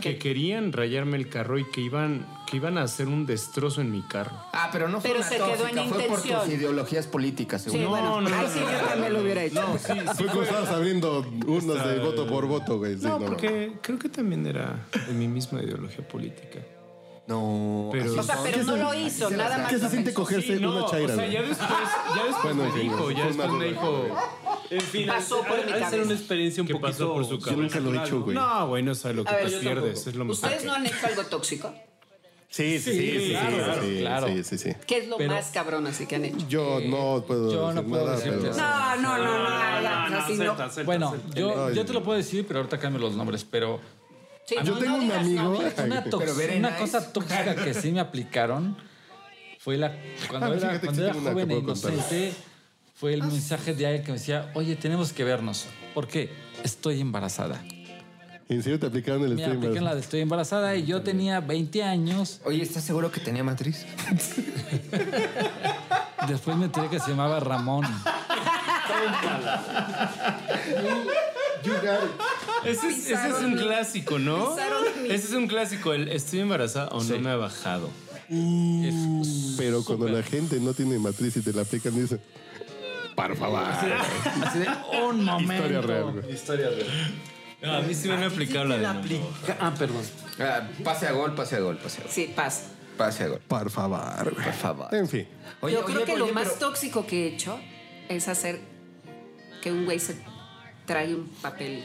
Speaker 4: que querían rayarme el carro y que iban, que iban a hacer un destrozo en mi carro.
Speaker 6: Ah, pero no fue
Speaker 2: Pero
Speaker 6: una
Speaker 2: se quedó en
Speaker 6: tóxica, fue por
Speaker 2: intención.
Speaker 6: tus ideologías políticas, seguro.
Speaker 2: Sí,
Speaker 4: No,
Speaker 2: bueno.
Speaker 4: no,
Speaker 2: Ay,
Speaker 4: no,
Speaker 2: sí,
Speaker 4: no,
Speaker 2: yo
Speaker 4: no,
Speaker 2: también lo hubiera hecho.
Speaker 4: No, sí, sí.
Speaker 3: Fue como estabas abriendo urnas de
Speaker 4: Está-
Speaker 3: voto por voto, güey. Sí,
Speaker 4: No, porque creo que también era de mi misma ideología política.
Speaker 6: No,
Speaker 4: Pero-
Speaker 6: así
Speaker 2: O sea,
Speaker 6: son.
Speaker 2: pero no lo hizo, nada más.
Speaker 3: ¿Qué se siente
Speaker 4: Sí,
Speaker 3: cogerse
Speaker 4: no,
Speaker 3: una
Speaker 4: o
Speaker 3: chaira,
Speaker 4: sea, ya
Speaker 3: güey?
Speaker 4: después, ya después
Speaker 3: Bueno, en
Speaker 4: me
Speaker 3: fin,
Speaker 4: dijo, ya
Speaker 3: fue una
Speaker 4: después me
Speaker 3: duda,
Speaker 4: dijo
Speaker 5: En fin,
Speaker 2: Pasó por
Speaker 5: ha-
Speaker 2: mi
Speaker 5: ha de ser
Speaker 2: cabeza.
Speaker 5: una experiencia un
Speaker 4: que
Speaker 5: poquito
Speaker 4: pasó por su
Speaker 3: Yo
Speaker 4: cabeza.
Speaker 3: nunca lo he hecho, güey.
Speaker 4: No, güey, no sabes lo que
Speaker 2: A ver,
Speaker 4: te
Speaker 2: yo
Speaker 4: pierdes,
Speaker 5: tampoco.
Speaker 4: es lo mejor.
Speaker 2: ¿Ustedes no han hecho algo tóxico?
Speaker 3: Sí, sí, sí, sí,
Speaker 9: claro,
Speaker 3: sí,
Speaker 9: claro.
Speaker 3: sí, sí, sí.
Speaker 2: ¿Qué es lo
Speaker 9: Pero-
Speaker 2: más cabrón así que han hecho?
Speaker 3: Yo no puedo
Speaker 9: Yo no
Speaker 3: decir
Speaker 9: puedo
Speaker 3: nada,
Speaker 9: decirte
Speaker 3: pero-
Speaker 9: eso.
Speaker 2: No, no, no, no, no,
Speaker 5: No,
Speaker 2: no,
Speaker 5: no,
Speaker 2: así no.
Speaker 5: acepta, acepta,
Speaker 9: Bueno,
Speaker 5: acepta.
Speaker 9: yo, yo te lo puedo decir, pero ahorita cambio los nombres. Pero
Speaker 2: Sí,
Speaker 3: Ah, Yo
Speaker 2: no,
Speaker 3: tengo
Speaker 2: no
Speaker 3: un
Speaker 2: digas
Speaker 3: amigo. eh.
Speaker 2: nombres.
Speaker 9: una, tox-
Speaker 6: Pero Verena
Speaker 9: una
Speaker 6: es-
Speaker 9: cosa tóxica que sí me aplicaron fue la. Cuando
Speaker 3: Ah, fíjate que
Speaker 9: era, cuando
Speaker 5: Ah,
Speaker 3: sí
Speaker 9: era
Speaker 3: tengo una que
Speaker 9: joven e
Speaker 3: puedo contar.
Speaker 9: inocente, fue el mensaje de alguien que me decía, oye, tenemos que vernos. ¿Por qué? Estoy embarazada.
Speaker 3: ¿En serio te aplicaron el
Speaker 9: Me aplican la
Speaker 3: streamer?
Speaker 9: de estoy embarazada y yo tenía 20 años.
Speaker 6: Oye, ¿estás seguro que tenía matriz?
Speaker 9: Después me enteré que se llamaba Ramón.
Speaker 4: Ese es, ese es
Speaker 2: Pisaron-
Speaker 4: un clásico, ¿no?
Speaker 2: pisaron mi-
Speaker 4: Ese es un clásico, el estoy embarazada o no me ha bajado.
Speaker 3: Pero cuando la gente no tiene matriz y te la aplican, dice. Por favor.
Speaker 9: Así de, un momento.
Speaker 3: Historia real, güey.
Speaker 5: Historia real.
Speaker 4: No, a mí sí me han aplicado la de no me ha bajado.
Speaker 5: Ah, perdón.
Speaker 6: Ah, pase a gol, pase a gol, pase a gol.
Speaker 2: Sí, pasa.
Speaker 6: Pase a gol.
Speaker 3: Por favor, güey.
Speaker 6: Por favor.
Speaker 3: En fin.
Speaker 6: Oye,
Speaker 2: Yo creo
Speaker 6: oye,
Speaker 2: que lo
Speaker 6: oye,
Speaker 2: más
Speaker 6: pero-
Speaker 2: tóxico que he hecho es hacer que un güey se trague un papel,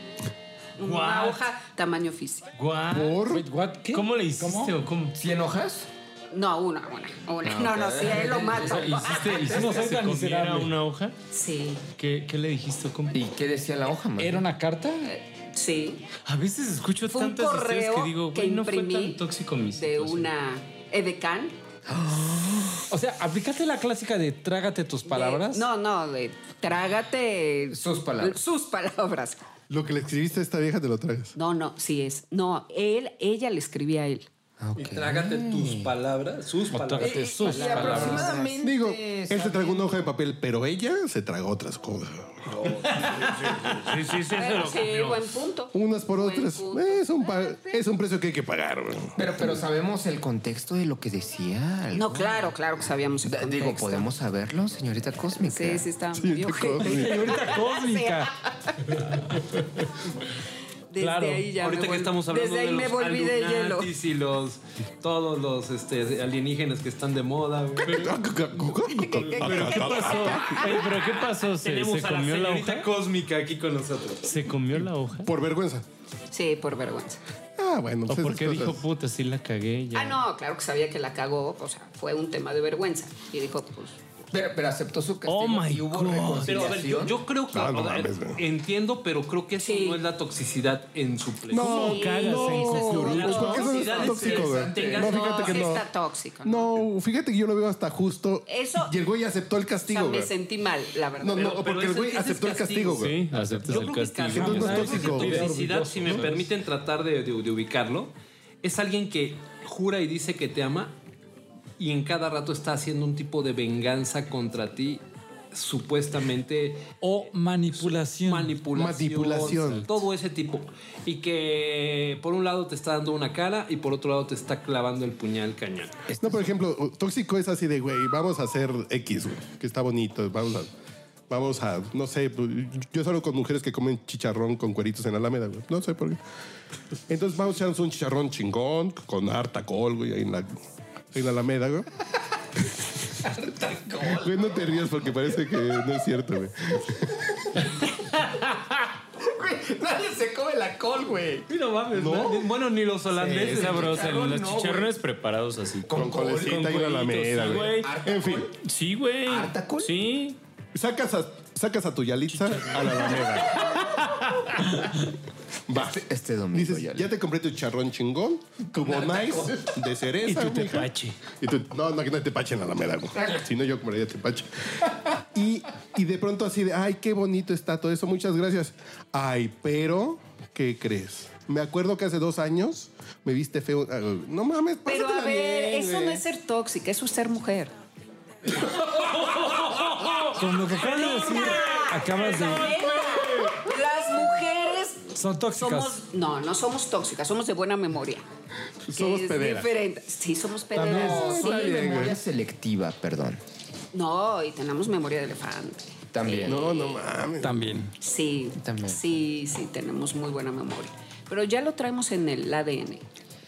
Speaker 2: una
Speaker 4: What?
Speaker 2: hoja tamaño físico.
Speaker 4: Guau.
Speaker 3: Por.
Speaker 9: Wait, what? ¿Qué?
Speaker 4: ¿Cómo le hiciste o cómo?
Speaker 6: ¿Cien hojas?
Speaker 2: No, una, una, una. No, no, sí, ahí lo mato.
Speaker 4: ¿Hiciste, hiciste
Speaker 9: No
Speaker 4: que
Speaker 9: soy
Speaker 4: se
Speaker 9: tan
Speaker 4: comiera
Speaker 9: miserable.
Speaker 4: una hoja?
Speaker 2: Sí,
Speaker 4: ¿Qué, qué le dijiste o cómo?
Speaker 6: ¿Y qué decía la hoja, man?
Speaker 9: ¿Era una carta?
Speaker 2: sí.
Speaker 4: A veces escucho
Speaker 2: Fue un
Speaker 4: tantas historias que
Speaker 2: correo
Speaker 4: digo,
Speaker 2: que
Speaker 4: güey, no fue
Speaker 2: imprimí
Speaker 4: tan tóxico mi
Speaker 2: de
Speaker 4: situación".
Speaker 2: una eh, edecán.
Speaker 9: O sea, aplicaste la clásica de trágate tus palabras.
Speaker 2: De- no, no, de trágate
Speaker 6: Sus palabras.
Speaker 2: Sus palabras.
Speaker 3: Lo que le escribiste a esta vieja te lo traes.
Speaker 2: No, no, sí es. No, él, ella le escribía a él.
Speaker 6: Ah, ok.
Speaker 5: Y trágate tus palabras, sus
Speaker 9: O
Speaker 5: palabras.
Speaker 9: trágate sus
Speaker 6: Y
Speaker 9: palabras.
Speaker 6: aproximadamente...
Speaker 3: Digo, él se tragó una hoja de papel, pero ella se tragó otras cosas.
Speaker 4: Sí, sí, sí, se
Speaker 2: Pero
Speaker 4: lo
Speaker 2: Ah, sí,
Speaker 4: comió.
Speaker 2: buen punto.
Speaker 3: Unas por
Speaker 2: Buen
Speaker 3: otras. Eh.
Speaker 2: punto.
Speaker 3: Es un, pa- es un precio que hay que pagar, güey.
Speaker 6: Pero, pero sabemos el contexto de lo que decía. algo?
Speaker 2: No, claro, claro que sabíamos. el
Speaker 6: Da- Digo,
Speaker 2: contexto.
Speaker 6: ¿podemos saberlo, señorita Cósmica?
Speaker 2: Sí, sí, está
Speaker 3: Sí,
Speaker 2: muy
Speaker 3: qué cosa.
Speaker 2: ojete.
Speaker 9: Señorita cósmica.
Speaker 2: Desde
Speaker 9: Claro,
Speaker 2: ahí ya
Speaker 5: Ahorita
Speaker 2: me
Speaker 5: que
Speaker 2: vol-
Speaker 5: estamos hablando
Speaker 2: Desde ahí
Speaker 5: de
Speaker 2: me
Speaker 5: los
Speaker 2: volví de hielo.
Speaker 5: Illuminatis y los todos los este, alienígenas que están de moda, güey.
Speaker 3: ¿Qué pasó?
Speaker 4: Ey, pero ¿qué pasó? ¿Se, se comió la hoja?
Speaker 5: cósmica aquí con nosotros.
Speaker 4: ¿Se comió la hoja?
Speaker 3: Por vergüenza.
Speaker 2: Sí, por vergüenza.
Speaker 3: Ah, bueno.
Speaker 4: ¿O
Speaker 3: pues
Speaker 4: por
Speaker 3: esas
Speaker 4: qué dijo,
Speaker 3: cosas.
Speaker 4: puta, sí la cagué ya?
Speaker 2: Ah, no, claro que sabía que la cagó. O sea, fue un tema de vergüenza. Y dijo, pues,
Speaker 6: Pero, pero aceptó su castigo
Speaker 4: Oh my
Speaker 6: y hubo
Speaker 4: God.
Speaker 5: Pero a ver, yo,
Speaker 6: reconciliación.
Speaker 5: yo creo que.
Speaker 3: No, Ah, no
Speaker 5: o sea,
Speaker 3: mames, güey.
Speaker 5: entiendo, pero creo que eso
Speaker 2: Sí.
Speaker 5: no es la toxicidad en su pleno.
Speaker 3: No,
Speaker 4: ¿Cómo cagas en
Speaker 3: no,
Speaker 2: concurrir?
Speaker 3: pues porque eso
Speaker 5: Toxicidad
Speaker 3: es
Speaker 5: es
Speaker 3: tóxico, güey.
Speaker 5: interesante.
Speaker 3: No, fíjate que
Speaker 2: sí
Speaker 3: no.
Speaker 2: está tóxico. ¿no?
Speaker 3: No, fíjate que yo lo veo hasta justo.
Speaker 2: Eso-
Speaker 3: Y el güey aceptó el
Speaker 2: O sea,
Speaker 3: castigo,
Speaker 2: me
Speaker 3: güey.
Speaker 2: sentí mal, la verdad.
Speaker 3: No, no,
Speaker 5: Pero-
Speaker 3: porque
Speaker 5: pero
Speaker 3: el güey
Speaker 5: ese- ese
Speaker 3: aceptó el
Speaker 5: es
Speaker 3: castigo, güey.
Speaker 4: Sí, aceptas
Speaker 5: Yo
Speaker 4: el
Speaker 5: creo que
Speaker 4: castigo.
Speaker 3: Entonces no es
Speaker 5: Carlos,
Speaker 3: tóxico,
Speaker 5: de
Speaker 3: güey.
Speaker 5: toxicidad, si me permiten tratar de, de- de ubicarlo, es alguien que jura y dice que te ama y en cada rato está haciendo un tipo de venganza contra ti, supuestamente
Speaker 9: O manipulación.
Speaker 5: manipulación,
Speaker 3: Manipulación.
Speaker 5: todo ese tipo. Y que por un lado te está dando una cara y por otro lado te está clavando el puñal cañón.
Speaker 3: No, por ejemplo, tóxico es así de, güey, vamos a hacer X, güey, que está bonito, vamos a, vamos a, no sé, yo salgo con mujeres que comen chicharrón con cueritos en la Alameda, güey, no sé por qué. Entonces vamos a echarnos un chicharrón chingón con harta col, güey, ahí en la, ahí en la Alameda, güey. Güey, no te rías porque parece que no es cierto, güey.
Speaker 6: Güey, Nadie se come la col, güey.
Speaker 5: No mames, bueno, ni los
Speaker 4: Es
Speaker 5: holandeses.
Speaker 4: sabroso,
Speaker 6: chicharrón
Speaker 4: los
Speaker 6: no,
Speaker 4: chicharrones preparados así.
Speaker 3: Con colecita y en la Alameda,
Speaker 4: sí,
Speaker 3: güey.
Speaker 4: güey.
Speaker 3: En fin,
Speaker 4: Sí, güey.
Speaker 6: ¿Harta col?
Speaker 4: Sí.
Speaker 3: sacas a, sacas a tu Yalitza a la Alameda. Va.
Speaker 6: Este domingo
Speaker 3: Dices,
Speaker 6: ya.
Speaker 3: ya te compré tu charrón chingón, tu bonais de cereza.
Speaker 4: Y tu
Speaker 3: mija.
Speaker 4: tepache.
Speaker 3: Y tu- no, no, que no te pache en la alameda, güey. Si no, yo compraría tepache. Y, y de pronto así de, ay, qué bonito está todo eso, muchas gracias. Ay, pero, ¿qué crees? Me acuerdo que hace dos años me viste feo. Ah, No mames,
Speaker 2: Pero a
Speaker 3: pásatela
Speaker 2: ver,
Speaker 3: bien,
Speaker 2: eso
Speaker 3: güey.
Speaker 2: no es ser tóxica, eso es ser mujer.
Speaker 9: Con lo que acabas de decir, acabas de.
Speaker 2: Las mujeres
Speaker 9: Son tóxicas.
Speaker 2: somos, no, no somos tóxicas, somos de buena memoria. que
Speaker 3: Somos
Speaker 2: es
Speaker 3: pederas.
Speaker 2: diferente. Sí, somos
Speaker 3: También,
Speaker 2: pederas.
Speaker 3: está
Speaker 2: sí.
Speaker 3: bien, güey.
Speaker 6: Memoria selectiva, perdón.
Speaker 2: No, y tenemos memoria de elefante.
Speaker 6: También.
Speaker 3: No, no mames.
Speaker 9: También.
Speaker 2: Sí,
Speaker 6: También.
Speaker 2: sí, sí, tenemos muy buena memoria. Pero ya lo traemos en el ADN.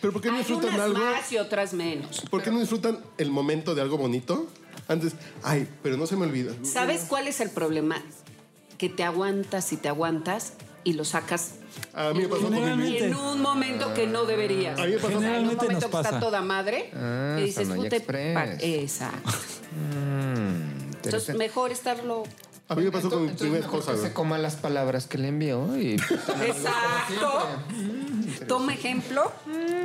Speaker 3: Pero ¿por qué no
Speaker 2: Hay
Speaker 3: disfrutan
Speaker 2: unas
Speaker 3: algo?
Speaker 2: más y otras menos.
Speaker 3: ¿Por qué no disfrutan el momento de algo bonito? Antes, ay, pero no se me olvida.
Speaker 2: ¿Sabes cuál es el problema? Que te aguantas y te aguantas y lo sacas
Speaker 3: A mí me pasó con mi
Speaker 9: Generalmente-
Speaker 2: en un momento que no deberías.
Speaker 3: A mí me pasó-
Speaker 2: O sea, en un
Speaker 9: Generalmente
Speaker 2: momento
Speaker 9: nos
Speaker 2: que está
Speaker 9: pasa.
Speaker 2: toda madre
Speaker 6: Ah,
Speaker 2: y dices,
Speaker 6: Samaya
Speaker 2: "Puta,
Speaker 6: Express".
Speaker 2: pa- Exacto.
Speaker 6: Mm,
Speaker 2: Entonces,
Speaker 6: interesante.
Speaker 2: mejor estarlo
Speaker 3: A mí me pasó con mi
Speaker 6: Entonces,
Speaker 3: primera
Speaker 6: mejor
Speaker 3: esposa,
Speaker 6: que
Speaker 3: güey.
Speaker 6: se coma las palabras que le envió y...
Speaker 2: Exacto. Toma ejemplo.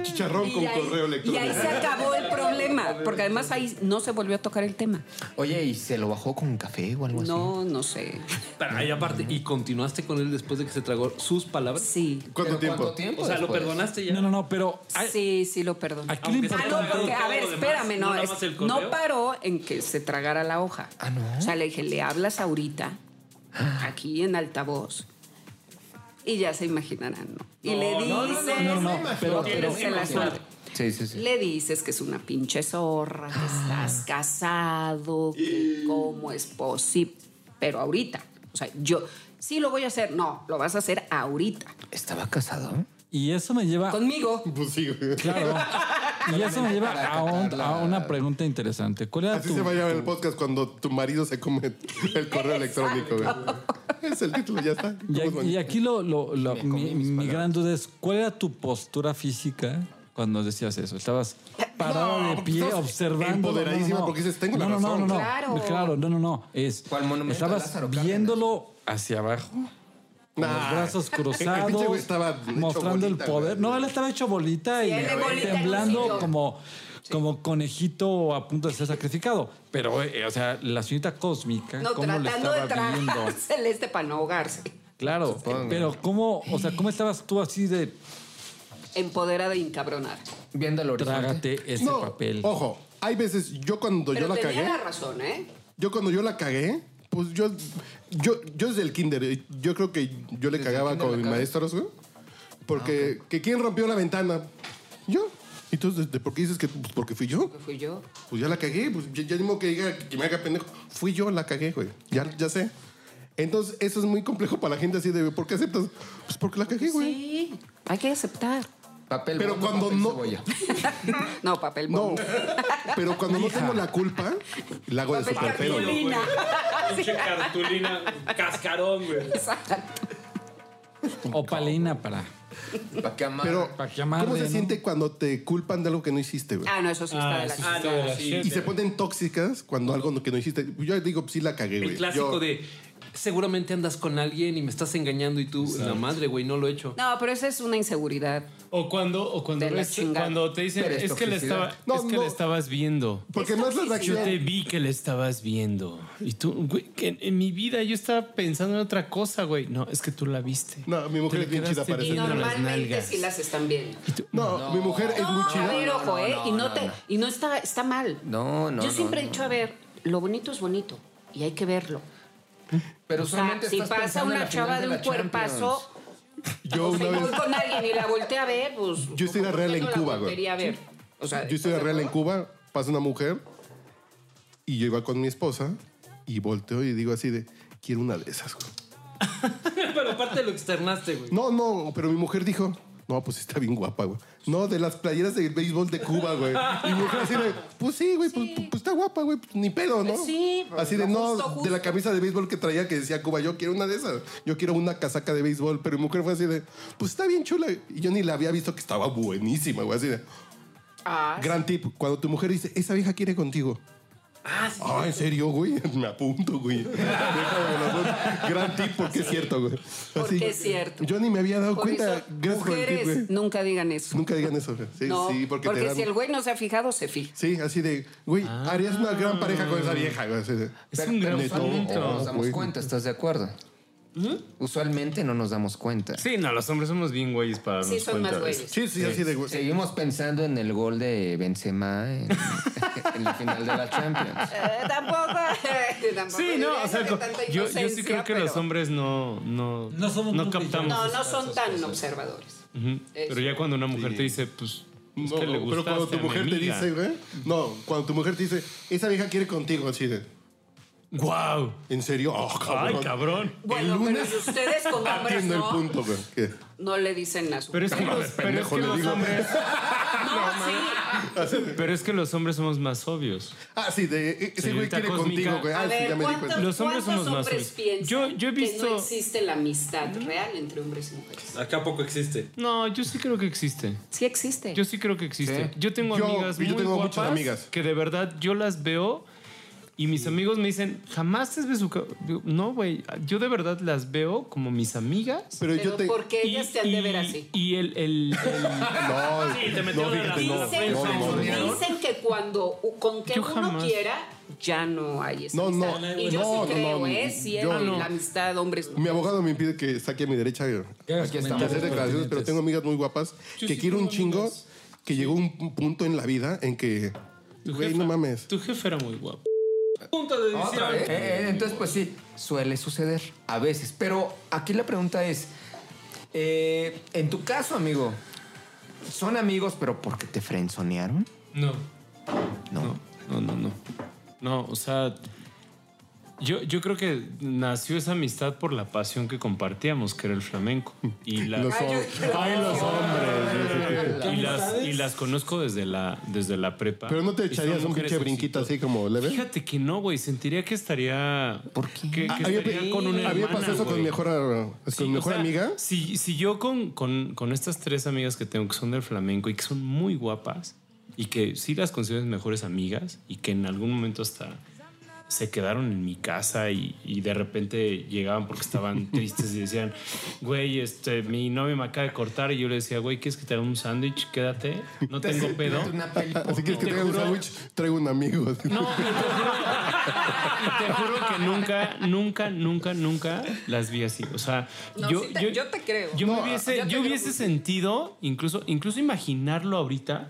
Speaker 3: Chicharrón
Speaker 2: y
Speaker 3: con
Speaker 2: ahí-
Speaker 3: correo
Speaker 2: Y ahí se
Speaker 3: electrónico.
Speaker 2: acabó el problema, porque además ahí no se volvió a tocar el tema.
Speaker 6: Oye, ¿y se lo bajó con café o algo así?
Speaker 2: No, no sé.
Speaker 5: Pero, y aparte, ¿y continuaste con él después de que se tragó sus palabras?
Speaker 2: Sí.
Speaker 3: ¿Cuánto
Speaker 6: ¿Pero
Speaker 3: tiempo?
Speaker 6: ¿Cuánto tiempo
Speaker 5: O sea, ¿lo
Speaker 6: después?
Speaker 5: perdonaste ya?
Speaker 9: No, no, no, pero ay,
Speaker 2: Sí, sí Ah, lo perdono.
Speaker 9: aquí lo
Speaker 4: Aunque sea
Speaker 9: importante.
Speaker 2: Ah, no, porque, a
Speaker 4: Todo
Speaker 2: ver,
Speaker 4: lo demás,
Speaker 2: espérame,
Speaker 4: ¿no
Speaker 2: no,
Speaker 4: nada
Speaker 2: es-
Speaker 4: más el correo?
Speaker 2: no paró en que se tragara la hoja.
Speaker 6: Ah, ¿no?
Speaker 2: O sea, le dije, le hablas ahorita, aquí en altavoz, y ya se imaginarán, ¿no? Y le dices,
Speaker 9: no, no, pero-
Speaker 2: que
Speaker 9: pero-
Speaker 2: se la suelte.
Speaker 6: Sí, sí, sí.
Speaker 2: le dices que es una pinche zorra, que
Speaker 6: Ah.
Speaker 2: estás casado, que cómo es posible, pero ahorita, o sea, yo sí lo voy a hacer, no, lo vas a hacer ahorita,
Speaker 6: ¿Estaba casado?
Speaker 9: Y eso me lleva.
Speaker 2: conmigo.
Speaker 3: Pues sí, güey.
Speaker 9: Claro. Y eso me lleva
Speaker 6: Para
Speaker 9: a, un-
Speaker 6: acatar la-
Speaker 9: a una pregunta interesante. ¿Cuál era
Speaker 3: Así
Speaker 9: tu-
Speaker 3: se va a llamar el
Speaker 9: tu-
Speaker 3: podcast cuando tu marido se come el correo electrónico, güey. Es el título, ya está.
Speaker 9: Y,
Speaker 3: Somos
Speaker 9: aquí- y aquí lo, lo- lo-
Speaker 6: Me comí
Speaker 9: mi,
Speaker 6: mis
Speaker 9: mi
Speaker 6: palabras.
Speaker 9: gran duda es, ¿cuál era tu postura física cuando decías eso? ¿Estabas parado
Speaker 3: No,
Speaker 9: de
Speaker 3: porque
Speaker 9: pie
Speaker 3: estás
Speaker 9: observando?
Speaker 3: empoderadísima porque dices, "Tengo la
Speaker 9: no, no,
Speaker 3: razón".
Speaker 9: No, no, no.
Speaker 2: Claro.
Speaker 9: Claro, no, no, no. Es,
Speaker 6: ¿Cuál monumento de
Speaker 9: ¿Estabas
Speaker 6: Lázaro Cárdenas?
Speaker 9: viéndolo hacia abajo? Con
Speaker 3: Nah.
Speaker 9: los brazos
Speaker 3: Ah. El pinche
Speaker 9: cruzados,
Speaker 3: güey estaba hecho
Speaker 9: mostrando
Speaker 3: bolita,
Speaker 9: el poder.
Speaker 3: güey.
Speaker 9: No, él estaba hecho bolita y
Speaker 2: él de bolita en un
Speaker 9: temblando
Speaker 2: sillón.
Speaker 9: como, como conejito a punto de ser sacrificado. Pero, eh, o sea, la señorita cósmica,
Speaker 2: No,
Speaker 9: ¿cómo le
Speaker 2: tratando
Speaker 9: estaba
Speaker 2: de
Speaker 9: viendo?
Speaker 2: tragar celeste para no ahogarse.
Speaker 9: Claro, pero ¿cómo, o sea, cómo estabas tú así de
Speaker 2: Empoderada y encabronada.
Speaker 6: Viendo el horizonte.
Speaker 9: trágate ese
Speaker 3: No,
Speaker 9: papel?
Speaker 3: Ojo, hay veces, yo cuando
Speaker 2: Pero
Speaker 3: yo la
Speaker 2: tenía
Speaker 3: cagué,
Speaker 2: la razón, ¿eh?
Speaker 3: yo cuando yo la cagué, pues yo, yo, yo desde el kinder, yo creo que yo le
Speaker 6: Desde el
Speaker 3: cagaba
Speaker 6: kinder
Speaker 3: con
Speaker 6: la Ah,
Speaker 3: mis
Speaker 6: cagas.
Speaker 3: maestros, güey. Porque, que ¿quién rompió la ventana? Yo. ¿Y tú, de- de por qué dices que pues, porque fui yo?
Speaker 2: Porque fui yo.
Speaker 3: Pues ya la cagué, pues ya, ya ni modo que diga que me haga pendejo. Fui yo la cagué, güey. Ya, ya sé. Entonces, eso es muy complejo para la gente así de, ¿por qué aceptas? Pues porque la cagué, güey.
Speaker 2: Sí, hay que aceptar.
Speaker 6: Papel
Speaker 3: Pero
Speaker 6: bombo,
Speaker 3: cuando
Speaker 6: papel
Speaker 3: no-
Speaker 6: cebolla.
Speaker 2: No, papel
Speaker 3: No,
Speaker 2: bombo.
Speaker 3: pero cuando no tengo la culpa, la hago de
Speaker 2: Papel
Speaker 3: superfeo. güey.
Speaker 2: cartulina.
Speaker 4: Pinche cartulina, cascarón, güey.
Speaker 2: Exacto.
Speaker 9: O palina para.
Speaker 6: ¿Para qué amar?
Speaker 3: Pero,
Speaker 9: Para que amarre,
Speaker 3: ¿cómo se
Speaker 9: ¿no?
Speaker 3: siente cuando te culpan de algo que no hiciste, güey?
Speaker 2: Ah, no, eso sí está de la
Speaker 9: eso
Speaker 4: Ah,
Speaker 9: está de
Speaker 4: no,
Speaker 9: la
Speaker 4: sí.
Speaker 3: Y se ponen tóxicas cuando algo no- que no hiciste. Yo digo, pues, sí la cagué, güey.
Speaker 5: El clásico
Speaker 3: Yo-
Speaker 5: de seguramente andas con alguien y me estás engañando y tú, la madre, güey, no lo he hecho.
Speaker 2: No, pero esa es una inseguridad.
Speaker 4: O cuando, o cuando,
Speaker 2: De la
Speaker 4: ves-
Speaker 2: chingada.
Speaker 4: cuando te dicen,
Speaker 6: Pero es
Speaker 4: es que, le
Speaker 6: toxicidad.
Speaker 4: estaba,
Speaker 3: No,
Speaker 4: es que
Speaker 3: no.
Speaker 4: le estabas viendo.
Speaker 3: Porque más la
Speaker 4: Yo
Speaker 3: reacción...
Speaker 4: te vi que le estabas viendo. Y tú, güey, que en mi vida yo estaba pensando en otra cosa, güey. No, es que tú la viste.
Speaker 3: No, mi mujer
Speaker 4: Te
Speaker 3: es bien
Speaker 4: quedaste
Speaker 3: chida para eso.
Speaker 4: viendo las
Speaker 2: Normalmente
Speaker 4: nalgas.
Speaker 2: sí las están viendo.
Speaker 3: No, mi mujer es muy
Speaker 2: a
Speaker 3: chida.
Speaker 2: ver, ojo, ¿eh? y no,
Speaker 6: no,
Speaker 2: te,
Speaker 6: no.
Speaker 2: y no está, está mal.
Speaker 6: No, no,
Speaker 2: Yo
Speaker 6: no,
Speaker 2: siempre he
Speaker 6: no.
Speaker 2: dicho, a ver, lo bonito es bonito y hay que verlo.
Speaker 6: Pero
Speaker 2: O sea,
Speaker 6: usualmente
Speaker 2: si
Speaker 6: estás
Speaker 2: pasa
Speaker 6: pensando en
Speaker 2: una
Speaker 6: la
Speaker 2: chava
Speaker 6: final
Speaker 2: de
Speaker 6: la
Speaker 2: un cuerpazo,
Speaker 6: Champions.
Speaker 3: Yo
Speaker 2: o sea,
Speaker 3: una
Speaker 2: Pues, voy
Speaker 3: vez...
Speaker 2: con alguien y la voltea a ver, pues.
Speaker 3: Yo estoy de
Speaker 2: ¿por
Speaker 3: real
Speaker 2: qué
Speaker 3: en
Speaker 2: no la
Speaker 3: Cuba, güey.
Speaker 2: voltearía a ver? O sea,
Speaker 3: Yo estoy de
Speaker 2: ¿estás
Speaker 3: real en
Speaker 2: acuerdo?
Speaker 3: Cuba, pasa una mujer y yo iba con mi esposa y volteo y digo así de, quiero una de esas. güey".
Speaker 5: Pero aparte lo externaste, güey.
Speaker 3: No, no, pero mi mujer dijo, no, pues está bien guapa, güey. No, de las playeras de béisbol de Cuba, güey. Y mi mujer así de, pues sí, güey, pues, pues está guapa, güey, pues ni pedo, ¿no?
Speaker 2: Pues sí,
Speaker 3: Así de, no,
Speaker 2: justo, justo.
Speaker 3: de la camisa de béisbol que traía que decía Cuba, yo quiero una de esas. Yo quiero una casaca de béisbol, pero mi mujer fue así de, pues está bien chula. Y yo ni la había visto que estaba buenísima, güey, así de...
Speaker 2: Ah,
Speaker 3: Gran tip, cuando tu mujer dice, esa vieja quiere contigo. Ah, ¿en serio, güey? Me apunto, güey. Déjame la voz. Gran tip, porque es cierto, güey.
Speaker 2: Porque es cierto.
Speaker 3: Yo ni me había dado
Speaker 2: por
Speaker 3: cuenta.
Speaker 2: eso,
Speaker 3: Gracias por el tip,
Speaker 2: mujeres,
Speaker 3: güey.
Speaker 2: nunca digan eso.
Speaker 3: Nunca digan eso, güey. Sí,
Speaker 2: no,
Speaker 3: sí, porque,
Speaker 2: porque,
Speaker 3: te dan...
Speaker 2: si el güey no se ha fijado, se fija.
Speaker 3: Sí, así de, güey, harías una gran pareja con esa vieja, güey. así de-
Speaker 4: Ah. Es
Speaker 6: Pero-
Speaker 4: un
Speaker 6: pero
Speaker 4: gran
Speaker 6: usualmente
Speaker 3: punto.
Speaker 6: no ¿Mm? nos damos
Speaker 3: Güey.
Speaker 6: cuenta, ¿estás de acuerdo? Usualmente no nos damos cuenta.
Speaker 4: Sí, no, los hombres somos bien güeyes para
Speaker 2: Sí,
Speaker 4: darnos
Speaker 2: son más
Speaker 4: cuenta de
Speaker 2: güeyes.
Speaker 3: Sí, sí, así de, güey.
Speaker 6: Seguimos pensando en el gol de Benzema en, en la final de la Champions.
Speaker 2: Eh, tampoco, tampoco.
Speaker 4: Sí, no,
Speaker 2: diría
Speaker 4: o sea,
Speaker 2: que tanta
Speaker 4: yo, yo sí
Speaker 2: inocencia,
Speaker 4: creo que
Speaker 2: pero-
Speaker 4: los hombres no, no,
Speaker 9: No somos muy
Speaker 4: captamos.
Speaker 9: brillantes.
Speaker 2: No,
Speaker 4: eso.
Speaker 2: no son tan observadores.
Speaker 4: Ujú. Pero ya cuando una mujer te dice, pues, es
Speaker 3: No,
Speaker 4: que le
Speaker 3: pero cuando tu
Speaker 4: gustaste a mi
Speaker 3: mujer te
Speaker 4: amiga.
Speaker 3: dice, güey. No, cuando tu mujer te dice, esa vieja quiere contigo, así de,
Speaker 4: ¡Guau!
Speaker 3: ¿en serio? Oh, cabrón.
Speaker 4: ¡Ay, cabrón!
Speaker 3: el
Speaker 2: Bueno, pero
Speaker 3: lunes
Speaker 2: si ustedes como hombres
Speaker 3: atiendo el
Speaker 2: no,
Speaker 3: punto, güey. ¿Qué?
Speaker 2: no le dicen a su
Speaker 4: Pero es que los, pero es
Speaker 3: pendejo,
Speaker 4: que
Speaker 3: le
Speaker 4: los
Speaker 3: digo.
Speaker 4: hombres...
Speaker 2: No, sí.
Speaker 4: Pero es que los hombres somos más obvios.
Speaker 3: Ah, sí, de, eh, ese güey
Speaker 4: Señorita
Speaker 3: quiere
Speaker 4: Cósmica.
Speaker 3: contigo, güey. Ah,
Speaker 2: A
Speaker 3: sí,
Speaker 2: ver,
Speaker 3: ya me di
Speaker 2: ¿cuántos,
Speaker 3: cuenta.
Speaker 4: Los hombres
Speaker 2: cuántos
Speaker 4: somos más
Speaker 2: hombres
Speaker 4: obvios.
Speaker 2: piensan
Speaker 4: Yo- yo he
Speaker 2: que no
Speaker 4: visto-
Speaker 2: existe la amistad real entre hombres y mujeres?
Speaker 5: Acá poco existe.
Speaker 4: No, yo sí creo que existe.
Speaker 2: Sí existe.
Speaker 4: Yo sí creo que existe. Yo tengo
Speaker 3: Yo-
Speaker 4: amigas
Speaker 3: yo
Speaker 4: muy
Speaker 3: tengo muchas
Speaker 4: guapas
Speaker 3: amigas.
Speaker 4: que de verdad yo las veo Y mis amigos me dicen, jamás te ves su ca-". Digo, No, güey, yo de verdad las veo como mis amigas.
Speaker 3: Pero yo te.
Speaker 2: ¿por qué ellas te han de ver así?
Speaker 4: Y el... el, el-
Speaker 3: No,
Speaker 4: Sí, te metió
Speaker 3: no,
Speaker 4: de la-
Speaker 3: fíjate, no,
Speaker 2: Dicen,
Speaker 3: no, no, no, no.
Speaker 2: dicen que cuando con que
Speaker 4: Yo
Speaker 2: uno
Speaker 4: jamás.
Speaker 2: quiera ya no hay esa
Speaker 3: No, no,
Speaker 2: amistad. y yo
Speaker 3: no,
Speaker 2: sí
Speaker 3: no,
Speaker 2: creo,
Speaker 3: no,
Speaker 2: ¿eh?
Speaker 3: no,
Speaker 2: Sí,
Speaker 3: yo
Speaker 2: en
Speaker 3: no.
Speaker 2: la amistad, hombres.
Speaker 3: Mi abogado me impide que saque a mi derecha y
Speaker 9: Aquí
Speaker 3: y hacer
Speaker 6: Eh,
Speaker 3: declaraciones, pero tengo amigas muy guapas que quiero un chingo. Que llegó un punto en la vida en que. Güey, no mames.
Speaker 4: Tu jefe era muy guapo. Punto de
Speaker 6: Otra vez. Eh, eh, entonces, pues sí, suele suceder a veces. Pero aquí la pregunta es, eh, en tu caso, amigo, ¿son amigos pero porque te frenzonearon?
Speaker 4: No,
Speaker 6: No.
Speaker 4: no, no, no. No, o sea, yo, yo creo que nació esa amistad por la pasión que compartíamos, que era el flamenco. Y la,
Speaker 3: Los hom- Ay, los hombres. sí, sí, sí.
Speaker 4: y las, y las conozco desde la, desde la prepa.
Speaker 3: Pero no te
Speaker 4: Y son
Speaker 3: echarías un
Speaker 4: mujeres
Speaker 3: pinche brinquito así como leve.
Speaker 4: Fíjate que no, güey. Sentiría que estaría.
Speaker 6: ¿Por qué?
Speaker 4: Que, que
Speaker 3: Ah, había,
Speaker 4: estaría con una
Speaker 3: había
Speaker 4: hermana,
Speaker 3: pasado eso con
Speaker 4: güey.
Speaker 3: mi mejor, con
Speaker 4: Sí,
Speaker 3: mi
Speaker 4: o
Speaker 3: mejor
Speaker 4: sea,
Speaker 3: amiga.
Speaker 4: Si, si yo con, con, con estas tres amigas que tengo que son del flamenco y que son muy guapas y que sí las considero mis mejores amigas y que en algún momento hasta se quedaron en mi casa y, y de repente llegaban porque estaban tristes y decían, güey, este, mi novio me acaba de cortar y yo le decía, güey, ¿quieres que te haga un sándwich? Quédate, no tengo pedo.
Speaker 6: Una peli-
Speaker 3: Así que es que
Speaker 4: Te
Speaker 3: traigo un
Speaker 4: juro-
Speaker 3: sándwich, traigo un amigo.
Speaker 4: No, y te juro, y te juro que nunca, nunca, nunca, nunca las vi así. O sea,
Speaker 2: No,
Speaker 4: yo,
Speaker 2: sí te-
Speaker 4: yo,
Speaker 2: yo te creo.
Speaker 4: Yo
Speaker 2: No,
Speaker 4: me hubiese,
Speaker 2: yo
Speaker 4: yo
Speaker 2: te creo
Speaker 4: hubiese
Speaker 2: que sí.
Speaker 4: sentido, incluso, incluso imaginarlo ahorita,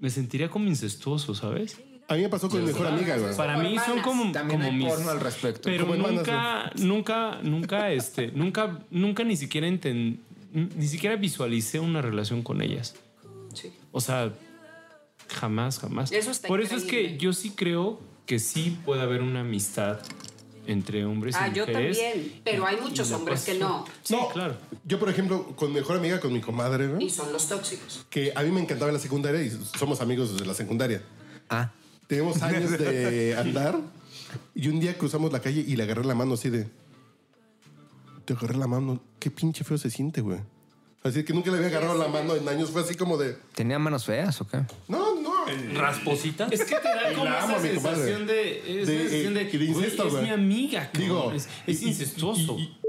Speaker 4: me sentiría como incestuoso, ¿sabes?
Speaker 3: A mí me pasó con mi mejor amiga, güey.
Speaker 4: Para
Speaker 2: Como
Speaker 4: mí son
Speaker 2: hermanas.
Speaker 4: como,
Speaker 6: También
Speaker 4: como
Speaker 6: hay
Speaker 4: mis.
Speaker 6: porno al respecto.
Speaker 4: Pero
Speaker 3: Como hermanas,
Speaker 4: nunca, nunca, nunca, este, nunca, nunca ni siquiera enten- ni siquiera visualicé una relación con ellas.
Speaker 2: Sí.
Speaker 4: O sea, jamás, jamás.
Speaker 2: Eso está
Speaker 4: Por eso es
Speaker 2: increíble.
Speaker 4: que yo sí creo que sí puede haber una amistad entre hombres
Speaker 2: Ah,
Speaker 4: y
Speaker 2: yo
Speaker 4: mujeres.
Speaker 2: también. Pero hay muchos
Speaker 4: la
Speaker 2: hombres que no.
Speaker 4: Sí, claro.
Speaker 3: Yo, por ejemplo, con mi mejor amiga, con mi comadre, ¿no?
Speaker 2: Y son los tóxicos.
Speaker 3: que a mí me encantaba la secundaria y somos amigos desde la secundaria.
Speaker 6: Ah.
Speaker 3: Tenemos años de andar y un día cruzamos la calle y le agarré la mano así de... Te agarré la mano. Qué pinche feo se siente, güey. Así que nunca le había agarrado la mano en años. Fue así como de...
Speaker 6: ¿Tenía manos feas o qué?
Speaker 3: No, no. eh,
Speaker 5: ¿Rasposita?
Speaker 4: Es que te da como
Speaker 3: La amo,
Speaker 4: esa
Speaker 3: mi comadre.
Speaker 4: sensación de, es
Speaker 3: De,
Speaker 4: una sensación
Speaker 3: eh,
Speaker 4: de,
Speaker 3: que de
Speaker 4: "Güey,
Speaker 3: incesto,
Speaker 4: es
Speaker 3: güey".
Speaker 4: mi amiga, cabrón.
Speaker 3: Digo,
Speaker 4: es, es
Speaker 3: y- y-
Speaker 4: incestuoso.
Speaker 3: y- y-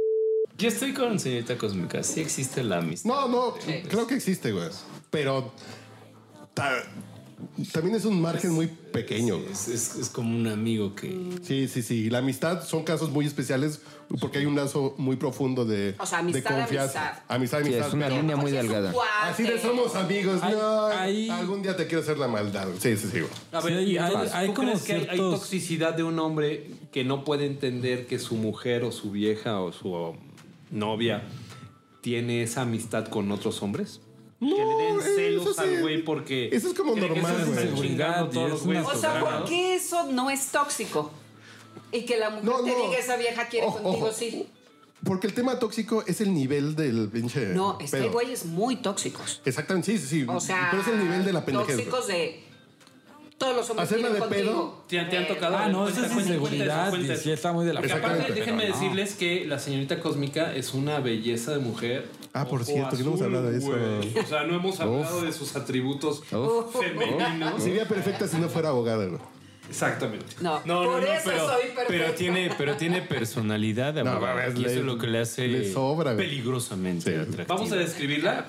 Speaker 4: Yo estoy con señorita Cósmica, sí existe la amistad.
Speaker 3: No, no. Creo que existe, güey. Pero... ta- también es un margen muy pequeño. güey.
Speaker 4: Es, es- es como un amigo que...
Speaker 3: Sí, sí, sí. La amistad son casos muy especiales porque hay un lazo muy profundo de,
Speaker 2: O sea, amistad,
Speaker 3: de confianza. Amistad, amistad.
Speaker 6: Sí, es una
Speaker 3: pero-
Speaker 6: línea muy delgada.
Speaker 3: Así de somos amigos.
Speaker 9: Hay-
Speaker 3: no,
Speaker 9: hay-
Speaker 3: algún día te quiero hacer la maldad. Sí, sí, sí. güey.
Speaker 5: A ver,
Speaker 9: Sí,
Speaker 5: y
Speaker 9: hay-
Speaker 5: entonces,
Speaker 9: hay
Speaker 5: ¿tú
Speaker 9: como
Speaker 5: crees que hay- hay
Speaker 9: ciertos-
Speaker 5: toxicidad de un hombre que no puede entender que su mujer o su vieja o su um, novia tiene esa amistad con otros hombres? que le den
Speaker 3: eh,
Speaker 5: celos
Speaker 3: eso sí.
Speaker 5: al güey porque.
Speaker 3: Eso es como
Speaker 5: cree que
Speaker 3: normal,
Speaker 5: se están
Speaker 3: güey.
Speaker 5: chingando
Speaker 9: Y
Speaker 5: todos
Speaker 9: es
Speaker 5: los
Speaker 9: una
Speaker 5: güeyes
Speaker 2: O
Speaker 5: que
Speaker 2: sea,
Speaker 5: están,
Speaker 2: ¿por
Speaker 5: ¿no?
Speaker 2: qué eso no es tóxico? Y que la mujer
Speaker 3: No,
Speaker 2: te
Speaker 3: no.
Speaker 2: diga esa vieja quiere
Speaker 3: Ojo,
Speaker 2: contigo,
Speaker 3: ojo.
Speaker 2: sí.
Speaker 3: Porque el tema tóxico es el nivel del pinche.
Speaker 2: No, es que hay
Speaker 3: pedo.
Speaker 2: güeyes muy tóxicos.
Speaker 3: Exactamente, sí, sí, sí.
Speaker 2: O sea,
Speaker 3: Pero es el nivel de la pendejez. güey.
Speaker 2: tóxicos de todos los hombres
Speaker 3: Hacerla
Speaker 2: quieren
Speaker 3: de pedo.
Speaker 2: contigo.
Speaker 5: ¿Te, han- te han
Speaker 2: Pero-
Speaker 5: tocado?
Speaker 9: Ah, no, esa es
Speaker 5: Cuenta, cuenta,
Speaker 9: inseguridad.
Speaker 5: cuenta.
Speaker 9: y Sí, está muy de la
Speaker 5: Porque aparte,
Speaker 3: Exactamente,
Speaker 5: déjenme
Speaker 9: pero no.
Speaker 5: decirles que la señorita Cósmica es una belleza de mujer.
Speaker 3: Ah, por
Speaker 5: Ojo
Speaker 3: cierto, que no hemos
Speaker 5: azul,
Speaker 3: hablado de eso.
Speaker 5: güey. O sea, no hemos hablado de sus atributos femeninos.
Speaker 3: Sería perfecta si no fuera abogada, güey.
Speaker 5: Exactamente.
Speaker 2: No, por eso soy perfecta.
Speaker 4: pero tiene, pero tiene personalidad de
Speaker 3: No,
Speaker 4: abogada,
Speaker 3: mames,
Speaker 4: y
Speaker 3: le-
Speaker 4: eso es lo que le hace
Speaker 3: le sobra, güey.
Speaker 4: peligrosamente
Speaker 3: Sí.
Speaker 4: atractiva.
Speaker 5: Vamos a describirla.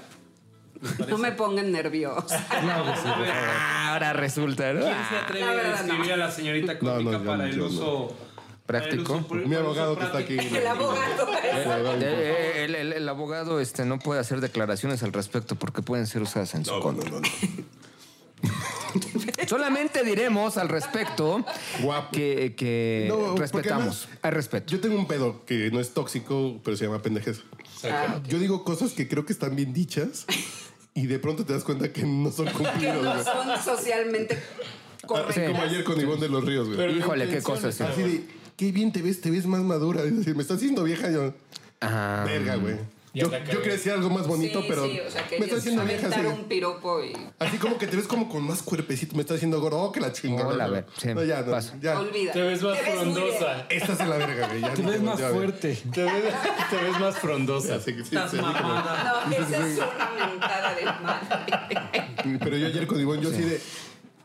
Speaker 2: No me pongan nerviosa.
Speaker 6: Ah, ahora resulta, ¿no? Ah.
Speaker 5: ¿Quién
Speaker 4: Ah,
Speaker 5: se atreve
Speaker 2: La
Speaker 5: a
Speaker 2: verdad,
Speaker 5: describir a la señorita
Speaker 3: No, no,
Speaker 5: Cósmica
Speaker 3: yo
Speaker 5: para
Speaker 3: no,
Speaker 5: el
Speaker 3: yo no.
Speaker 5: uso
Speaker 6: Práctico.
Speaker 5: para el uso- para
Speaker 3: Mi
Speaker 5: el
Speaker 3: abogado
Speaker 5: uso
Speaker 3: que está aquí.
Speaker 5: práctico?
Speaker 2: El abogado.
Speaker 6: Eh, eh, el, el- el abogado este, no puede hacer declaraciones al respecto porque pueden ser usadas en su contra. Solamente diremos al respecto
Speaker 3: Guapo.
Speaker 6: que, que
Speaker 3: No, porque
Speaker 6: respetamos.
Speaker 3: además-
Speaker 6: Hay respeto.
Speaker 3: Yo tengo un pedo que no es tóxico, pero se llama pendejez. Yo digo cosas que creo que están bien dichas y de pronto te das cuenta que no son
Speaker 2: que
Speaker 3: cumplidos,
Speaker 2: no
Speaker 3: güey.
Speaker 2: son socialmente
Speaker 3: Así
Speaker 2: correctas.
Speaker 3: como ayer con Ivonne de los Ríos, güey.
Speaker 6: Híjole, qué cosas. sí.
Speaker 3: Así de, qué bien te ves, te ves más madura. Es decir, me estás haciendo vieja. Yo,
Speaker 6: Ah,
Speaker 3: verga, güey. Yo, yo quería decir algo más bonito,
Speaker 2: sí,
Speaker 3: pero
Speaker 2: sí, o sea, que
Speaker 3: me estás haciendo vieja. Así,
Speaker 2: un piropo y
Speaker 3: así como que te ves como con más cuerpecito. Me estás haciendo gordo. Oh, que la chingada.
Speaker 6: Hola,
Speaker 3: güey.
Speaker 6: a ver, sí,
Speaker 3: no, ya, no,
Speaker 6: paso.
Speaker 3: ya.
Speaker 2: olvida.
Speaker 4: Te ves más
Speaker 2: muy bien.
Speaker 4: frondosa.
Speaker 3: Esta es la verga, güey. Ya
Speaker 9: Te
Speaker 3: no
Speaker 9: ves
Speaker 3: te
Speaker 9: más
Speaker 3: volteo a ver.
Speaker 9: fuerte.
Speaker 4: Te ves, te ves más frondosa.
Speaker 3: Así que sí,
Speaker 5: Estás
Speaker 3: sí, así como-
Speaker 5: mamada.
Speaker 2: No, esa es una mentada de madre.
Speaker 3: mm, Pero yo ayer con Ivonne, yo así de.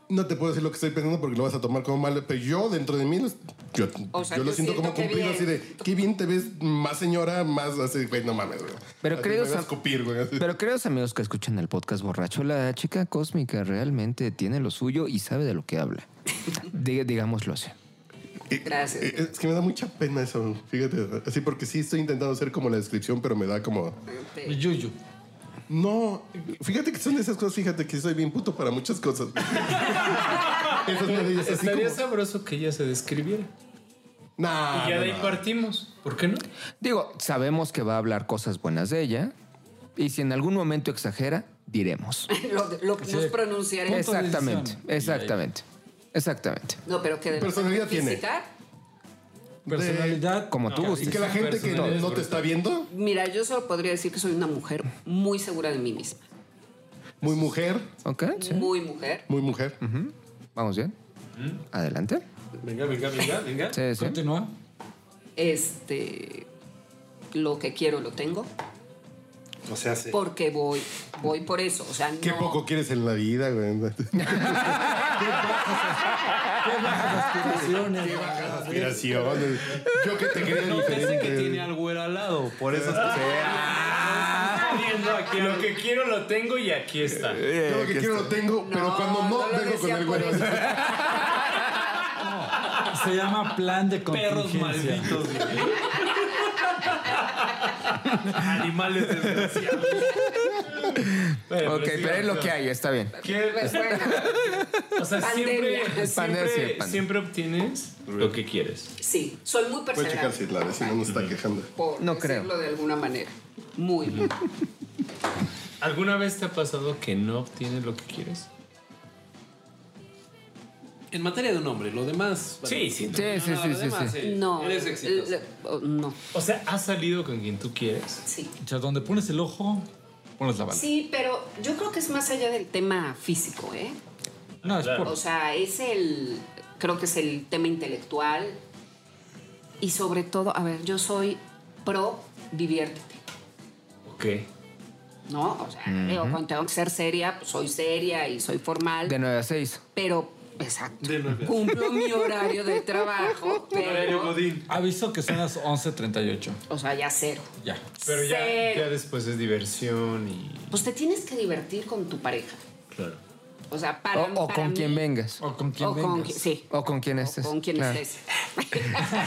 Speaker 3: No te puedo decir lo que estoy pensando porque lo vas a tomar como mal, pero yo dentro de mí, los- yo,
Speaker 2: O sea,
Speaker 3: yo lo
Speaker 2: yo
Speaker 3: siento, como
Speaker 2: siento que
Speaker 3: cumplido
Speaker 2: bien.
Speaker 3: así de, qué bien te ves, más señora, más así, güey, no mames, güey.
Speaker 6: Pero
Speaker 3: Así me
Speaker 6: creo,
Speaker 3: voy a
Speaker 6: Sam-
Speaker 3: escupir, güey, así.
Speaker 6: Pero queridos amigos que escuchan el podcast borracho, la chica cósmica realmente tiene lo suyo y sabe de lo que habla. Dí- digámoslo así.
Speaker 2: Gracias.
Speaker 3: Eh, Es que me da mucha pena eso, fíjate, así porque sí estoy intentando hacer como la descripción, pero me da como...
Speaker 2: Te-
Speaker 9: Yuyu.
Speaker 3: No, fíjate que son de esas cosas, fíjate que soy bien puto para muchas cosas. Esa es una de ellas, así
Speaker 4: Estaría
Speaker 3: como-
Speaker 4: sabroso que ella se describiera.
Speaker 5: Ah,
Speaker 3: Nah,
Speaker 4: y ya
Speaker 3: no,
Speaker 4: de ahí
Speaker 3: no.
Speaker 4: partimos. ¿Por qué no?
Speaker 6: Digo, sabemos que va a hablar cosas buenas de ella y si en algún momento exagera, diremos.
Speaker 2: Lo, lo que nos pronunciaremos.
Speaker 9: Punto de
Speaker 6: Exactamente,
Speaker 9: decisión.
Speaker 6: exactamente, exactamente.
Speaker 2: No, pero que de
Speaker 3: Personalidad
Speaker 2: repente
Speaker 3: tiene.
Speaker 2: física- Ah,
Speaker 9: Personalidad.
Speaker 6: Como tú
Speaker 3: Y
Speaker 6: gustes.
Speaker 3: que la gente que no, no te está viendo,
Speaker 2: Mira, yo solo podría decir que soy una mujer muy segura de mí misma.
Speaker 3: muy mujer,
Speaker 6: Ok, sí.
Speaker 2: Muy mujer.
Speaker 3: muy mujer.
Speaker 6: Vamos bien.
Speaker 2: ¿Mm?
Speaker 6: Adelante.
Speaker 4: Venga, venga, venga, venga.
Speaker 6: Sí, sí.
Speaker 9: Continúa.
Speaker 2: Este. Lo que quiero lo tengo.
Speaker 4: O sea, sí.
Speaker 2: Porque voy, voy por eso. O sea, no.
Speaker 3: Qué poco quieres en la vida, güey. Aspiraciones. Yo que te quería
Speaker 4: No pensé que tiene Ah.
Speaker 3: diferente.
Speaker 4: al güero al lado, por eso es que Ah, viendo aquí. Lo que quiero lo tengo y aquí está.
Speaker 3: Yo que quiero lo tengo, pero cuando no,
Speaker 2: lo
Speaker 3: vengo con
Speaker 2: decía
Speaker 3: el
Speaker 2: por
Speaker 3: güero.
Speaker 2: eso.
Speaker 9: Se llama plan de
Speaker 4: Perros
Speaker 9: contingencia.
Speaker 4: malditos. güey. Animales desgraciados.
Speaker 6: Ok, pero es lo que hay, está bien.
Speaker 2: Pues bueno,
Speaker 4: O sea, siempre,
Speaker 2: Pandemia.
Speaker 6: Pandemia,
Speaker 4: siempre,
Speaker 6: pan.
Speaker 4: siempre obtienes lo que quieres.
Speaker 2: sí, soy muy
Speaker 3: Voy a checar si
Speaker 2: perseverante.
Speaker 3: la vecina no está quejando.
Speaker 2: Por
Speaker 6: No creo.
Speaker 2: decirlo de alguna manera. Muy bien.
Speaker 4: ¿Alguna vez te ha pasado que no obtienes lo que quieres?
Speaker 5: En materia de un hombre, lo demás.
Speaker 4: Sí, sí.
Speaker 6: Sí, sí, sí, sí, sí.
Speaker 2: No.
Speaker 5: Eres exitoso.
Speaker 2: le- oh, No,
Speaker 4: O sea, ¿has salido con quien tú quieres?
Speaker 2: sí.
Speaker 9: O sea, donde pones el ojo, pones la bala.
Speaker 2: Sí, pero yo creo que es más allá del tema físico, ¿eh?
Speaker 9: No, es
Speaker 2: O
Speaker 9: por...
Speaker 2: sea, es el, creo que es el tema intelectual y sobre todo, a ver, yo soy pro diviértete,
Speaker 4: Ok.
Speaker 2: ¿no? O sea, digo, cuando tengo que ser seria, pues soy seria y soy formal,
Speaker 6: De 9 a 6.
Speaker 2: pero, exacto,
Speaker 4: De nueve.
Speaker 2: cumplo mi horario de trabajo, pero,
Speaker 9: Aviso que son las 11.38.
Speaker 2: o sea, ya cero.
Speaker 9: Ya.
Speaker 4: Pero ya,
Speaker 2: Cero.
Speaker 4: ya después es diversión y.
Speaker 2: Pues te tienes que divertir con tu pareja,
Speaker 4: Claro.
Speaker 2: o sea,
Speaker 6: O,
Speaker 2: para
Speaker 6: o
Speaker 2: para
Speaker 6: con
Speaker 2: mí-
Speaker 6: quien vengas.
Speaker 9: O con quien
Speaker 2: o con
Speaker 9: vengas.
Speaker 2: qui- sí.
Speaker 6: O con quien
Speaker 2: O
Speaker 6: estés.
Speaker 2: con quien
Speaker 6: Claro.
Speaker 2: estés.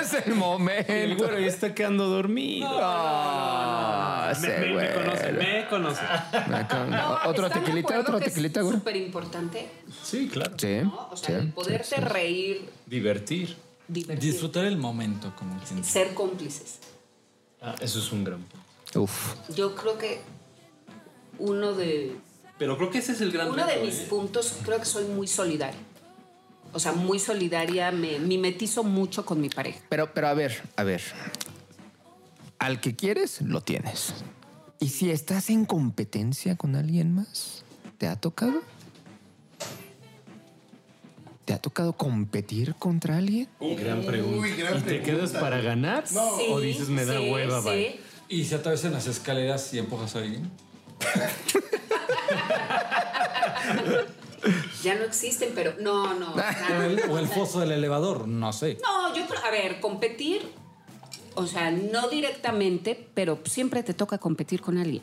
Speaker 6: es el
Speaker 4: El
Speaker 6: momento.
Speaker 4: güero ya está quedando dormido.
Speaker 6: Ah, ese güero.
Speaker 4: me conoce.
Speaker 6: Me Ah, con-
Speaker 2: No,
Speaker 6: Otro
Speaker 2: ¿están de
Speaker 6: tequilita,
Speaker 2: acuerdo
Speaker 6: otro
Speaker 2: que
Speaker 6: tequilita,
Speaker 2: Es
Speaker 6: güey.
Speaker 2: súper importante,
Speaker 4: Sí, claro.
Speaker 6: Sí.
Speaker 2: ¿no? O sea,
Speaker 6: sí,
Speaker 2: el poderte
Speaker 6: sí, sí.
Speaker 2: reír,
Speaker 4: Divertir.
Speaker 2: divertir,
Speaker 9: Disfrutar el momento, como quien dice.
Speaker 2: ser cómplices.
Speaker 4: Ah, eso es un gran punto.
Speaker 6: Uf.
Speaker 2: Yo creo que uno de
Speaker 5: Pero creo que ese es el gran
Speaker 2: uno de
Speaker 5: reto,
Speaker 2: mis
Speaker 5: ¿eh?
Speaker 2: puntos, creo que soy muy solidaria. O sea, muy solidaria, me mimetizo mucho con mi pareja.
Speaker 6: Pero, pero a ver, a ver. Al que quieres, lo tienes. Y si estás en competencia con alguien más, ¿te ha tocado? ¿Te ha tocado competir contra alguien?
Speaker 4: gran pregunta. ¿Y te quedas para ganar?
Speaker 2: Sí,
Speaker 4: ¿O dices me da
Speaker 2: sí,
Speaker 4: hueva,
Speaker 2: sí.
Speaker 4: bye?
Speaker 9: ¿Y se atraviesan las escaleras y empujas a alguien?
Speaker 2: Ya no existen, pero no, no. o sea,
Speaker 5: Ah.
Speaker 9: ¿O el, o el foso del elevador? No sé.
Speaker 2: no, yo creo, a ver, competir, o sea, no directamente, pero siempre te toca competir con alguien.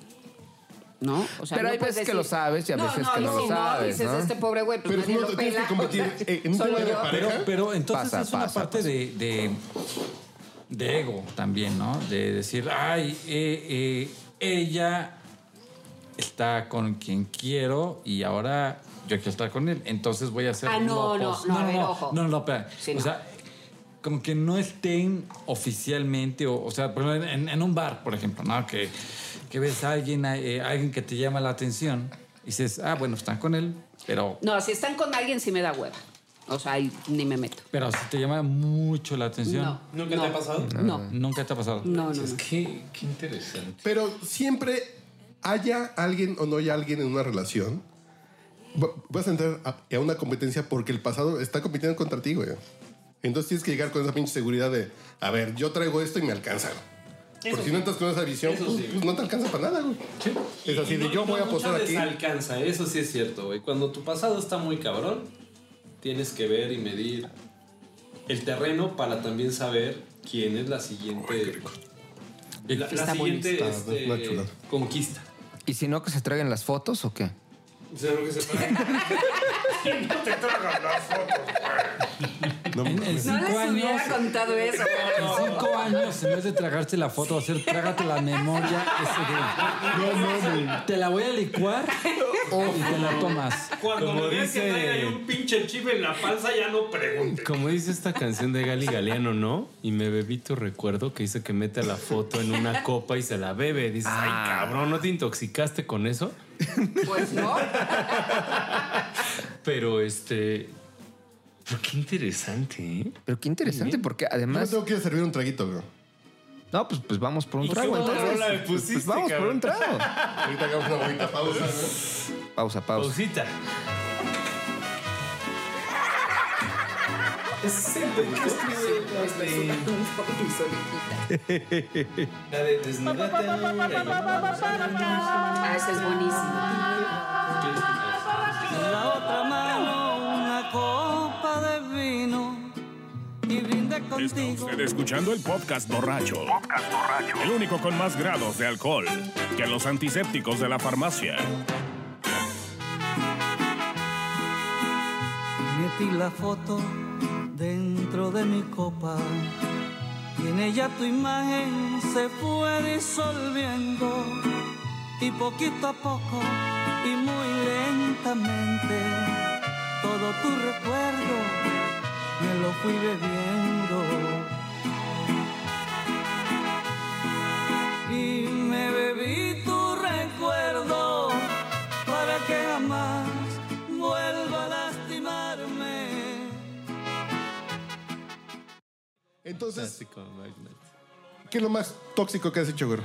Speaker 2: ¿No? O sea,
Speaker 6: Pero
Speaker 2: no
Speaker 6: hay
Speaker 2: puedes
Speaker 6: veces que lo sabes y a veces que
Speaker 2: y
Speaker 6: no lo
Speaker 2: si
Speaker 6: sabes,
Speaker 2: dices,
Speaker 6: ¿no?
Speaker 2: este pobre güey, pues
Speaker 3: Pero
Speaker 2: nadie
Speaker 3: no,
Speaker 2: lo
Speaker 3: tienes
Speaker 2: pela.
Speaker 3: que competir eh, en un
Speaker 2: Solo
Speaker 3: tema de
Speaker 2: yo.
Speaker 9: Pero,
Speaker 3: pareja.
Speaker 9: pero entonces
Speaker 6: Pasa,
Speaker 9: es una
Speaker 6: pasa,
Speaker 9: parte de, de, de ego también, ¿no? De decir, ay, eh, eh, ella está con quien quiero y ahora yo quiero estar con él, entonces voy a hacer
Speaker 2: Ah, no,
Speaker 9: lo
Speaker 2: no,
Speaker 9: pos-
Speaker 2: no, a ver, ojo.
Speaker 9: no, no, espera.
Speaker 2: Sí,
Speaker 9: o
Speaker 2: no.
Speaker 9: sea, como que no estén oficialmente, o, o sea, por ejemplo, en, en un bar, por ejemplo, ¿no? Que, que ves a alguien, eh, alguien que te llama la atención y dices, ah, bueno, están con él, pero
Speaker 2: No, si están con alguien sí me da hueva. O sea, ahí ni me meto.
Speaker 9: Pero si te llama mucho la atención.
Speaker 2: No.
Speaker 5: ¿Nunca
Speaker 2: no,
Speaker 5: te ha pasado?
Speaker 2: No. No,
Speaker 9: Nunca te ha pasado.
Speaker 2: no, no.
Speaker 4: Qué, qué interesante.
Speaker 3: Pero siempre haya alguien o no haya alguien en una relación, va- vas a entrar a, a una competencia porque el pasado está compitiendo contra ti, güey. Entonces tienes que llegar con esa pinche seguridad de, a ver, yo traigo esto y me alcanza. Porque si no estás con esa visión,
Speaker 5: Eso
Speaker 3: pues,
Speaker 5: sí.
Speaker 3: pues no te alcanza para nada, güey. Es así de yo voy a posar aquí.
Speaker 5: alcanza, eso sí es cierto, güey. Cuando tu pasado está muy cabrón, tienes que ver y medir el terreno para también saber quién es la siguiente. La, la
Speaker 2: Está
Speaker 5: siguiente
Speaker 3: bonito.
Speaker 5: este,
Speaker 3: Una chulada.
Speaker 5: conquista.
Speaker 6: ¿Y si no, que se traigan las fotos o qué?
Speaker 3: No,
Speaker 9: En
Speaker 2: No les
Speaker 9: cinco años.
Speaker 2: hubiera contado eso.
Speaker 9: En cinco años, en vez de tragarte la foto, va a ser trágate la memoria ese día. Te la voy a licuar y te la tomas.
Speaker 4: Cuando me veas que dice- traen ahí
Speaker 10: Eh,
Speaker 4: un
Speaker 5: pinche chip en la panza, ya no preguntes.
Speaker 4: Como dice esta canción de Gali Galeano, ¿no? Y me bebí tu recuerdo que dice que mete la foto en una copa y se la bebe. Dices, ay, cabrón, ¿no te intoxicaste con eso?
Speaker 2: Pues no.
Speaker 4: Pero este. Pero qué interesante, ¿eh?
Speaker 6: Pero qué interesante, porque
Speaker 3: Yo me
Speaker 6: además.
Speaker 3: tengo que servir un traguito, güey.
Speaker 6: No, pues, pues vamos por un trago.
Speaker 4: buena
Speaker 6: entonces.
Speaker 4: rola me pusiste,
Speaker 6: Pues vamos por
Speaker 4: cabrón.
Speaker 6: un trago.
Speaker 3: Ahorita hagamos una bonita pausa, güey. Pues
Speaker 6: Pausa, pausa.
Speaker 4: Pausita.
Speaker 5: La de desnudate ahora.
Speaker 2: Ah, esa es buenísima.
Speaker 7: la otra mano una copa de vino y brinda
Speaker 10: Está
Speaker 7: contigo.
Speaker 10: usted escuchando el podcast borracho. El único con más grados de alcohol que los antisépticos de la farmacia.
Speaker 7: Metí la foto dentro de mi copa y en ella tu imagen se fue disolviendo y poquito a poco y muy lentamente todo tu recuerdo me lo fui bebiendo y me bebí tu recuerdo para que jamás vuelva a lastimarme.
Speaker 3: Entonces, ¿qué es lo más tóxico que has hecho, güey?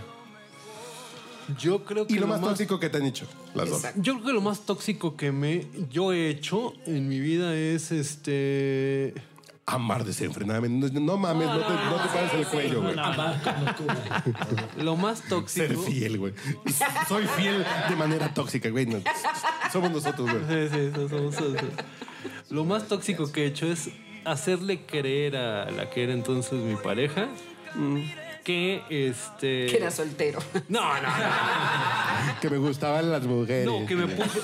Speaker 8: Yo creo que
Speaker 3: Y lo más tóxico que te han hecho, las dos.
Speaker 8: Yo creo que lo más tóxico que me yo he hecho en mi vida es este
Speaker 3: Amar desenfrenadamente. No, no mames, no, te, no te pares el cuello, güey.
Speaker 8: lo más tóxico.
Speaker 3: Ser fiel, güey. Soy fiel de manera tóxica, güey. No, somos nosotros, güey.
Speaker 8: Sí, sí, eso somos nosotros. Lo más tóxico que he hecho es hacerle creer a la que era entonces mi pareja que este
Speaker 2: Que era soltero.
Speaker 8: no, no, no,
Speaker 3: Que me gustaban las mujeres.
Speaker 8: no, que me puso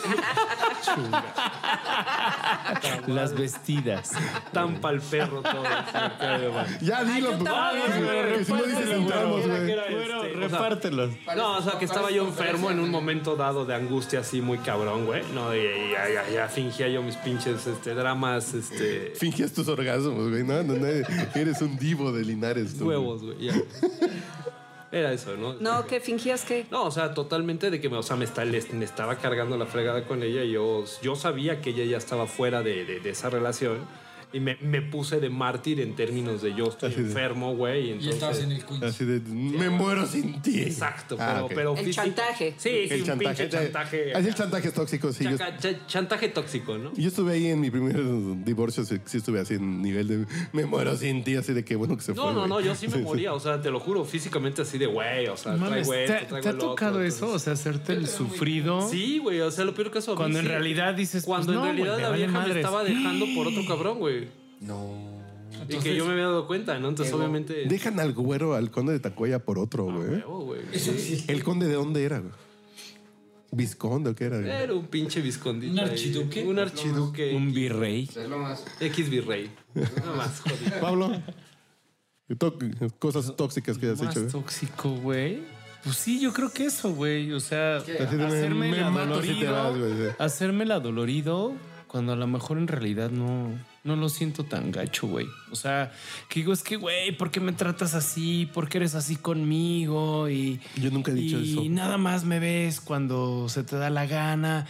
Speaker 4: Las vestidas.
Speaker 8: tan pa'l perro todo.
Speaker 3: Ya dilo, por favor, güey, que Si no dices, entramos, güey.
Speaker 8: Bueno, repártelos. no, este. o sea, que estaba yo enfermo en un momento dado de angustia así muy cabrón, güey. No, y, y- ya, ya- ya fingía yo mis pinches este, dramas, este.
Speaker 3: Fingías tus orgasmos, güey. No, no, no. Eres un divo de Linares. tú, güey.
Speaker 8: huevos, güey. ya. Era eso, ¿no?
Speaker 2: No, que fingías que.
Speaker 8: No, o sea, totalmente de que me, o sea, me, está- les- me estaba cargando la fregada con ella. y Yo, pues, yo sabía que ella ya estaba fuera de, de- de esa relación. Y me, me puse de mártir en términos de yo estoy enfermo, güey. Y
Speaker 9: Y
Speaker 8: entonces.
Speaker 9: estabas en el Queens.
Speaker 3: Así de, me muero sin ti.
Speaker 8: Exacto,
Speaker 3: Ah,
Speaker 8: pero,
Speaker 3: ok.
Speaker 8: pero
Speaker 2: El
Speaker 8: físico-
Speaker 2: chantaje.
Speaker 8: Sí, sí,
Speaker 3: El
Speaker 8: un
Speaker 3: chantaje.
Speaker 8: pinche chantaje.
Speaker 3: Así el chantaje es tóxico, sí. Yo,
Speaker 8: Chaca- cha- chantaje tóxico, ¿no?
Speaker 3: yo estuve ahí en mi primer divorcio, sí, sí estuve así en nivel de me muero sin ti, así de que bueno que se fue.
Speaker 8: No, no,
Speaker 3: güey.
Speaker 8: no, yo sí me moría, o sea, te lo juro, físicamente así de güey, o sea,
Speaker 4: Mames,
Speaker 8: traigo
Speaker 4: ¿te,
Speaker 8: esto,
Speaker 4: te
Speaker 8: traigo
Speaker 4: ha
Speaker 8: el otro,
Speaker 4: tocado eso? O
Speaker 8: entonces-
Speaker 4: sea, hacerte el sufrido.
Speaker 8: Sí, güey, o sea, lo peor que eso a mí
Speaker 4: Cuando en
Speaker 8: sí.
Speaker 4: realidad dices,
Speaker 8: Cuando
Speaker 4: pues,
Speaker 8: en
Speaker 4: no, güey,
Speaker 8: realidad
Speaker 4: me
Speaker 8: la
Speaker 4: vale
Speaker 8: vieja me
Speaker 4: madres.
Speaker 8: estaba dejando por otro cabrón, güey. No. Y que yo me había dado cuenta, ¿no? Entonces, obviamente.
Speaker 3: Dejan al güero, al conde de Tacuaya por otro,
Speaker 4: Ah,
Speaker 3: güey.
Speaker 8: huevo, güey.
Speaker 3: ¿El conde de dónde era, güey? ¿Visconde o qué era? güey?
Speaker 8: Era un pinche viscondito.
Speaker 9: ¿Un
Speaker 8: ahí.
Speaker 9: archiduque?
Speaker 8: Un archiduque.
Speaker 4: Un virrey.
Speaker 8: X virrey. Nada más, jodido.
Speaker 3: Pablo, to- cosas tóxicas que has
Speaker 4: Más
Speaker 3: hecho, güey.
Speaker 4: tóxico, güey. Pues sí, yo creo que eso, güey. O sea,
Speaker 3: Así de,
Speaker 4: hacerme
Speaker 3: me
Speaker 4: la
Speaker 3: mato si te
Speaker 4: dolorido.
Speaker 3: vas, güey. sí.
Speaker 4: hacerme la dolorido cuando a lo mejor en realidad no, no lo siento tan gacho, güey. O sea, que digo, es que, güey, ¿por qué me tratas así? ¿Por qué eres así conmigo? Y
Speaker 3: Yo nunca he dicho
Speaker 4: y
Speaker 3: eso.
Speaker 4: nada más me ves cuando se te da la gana.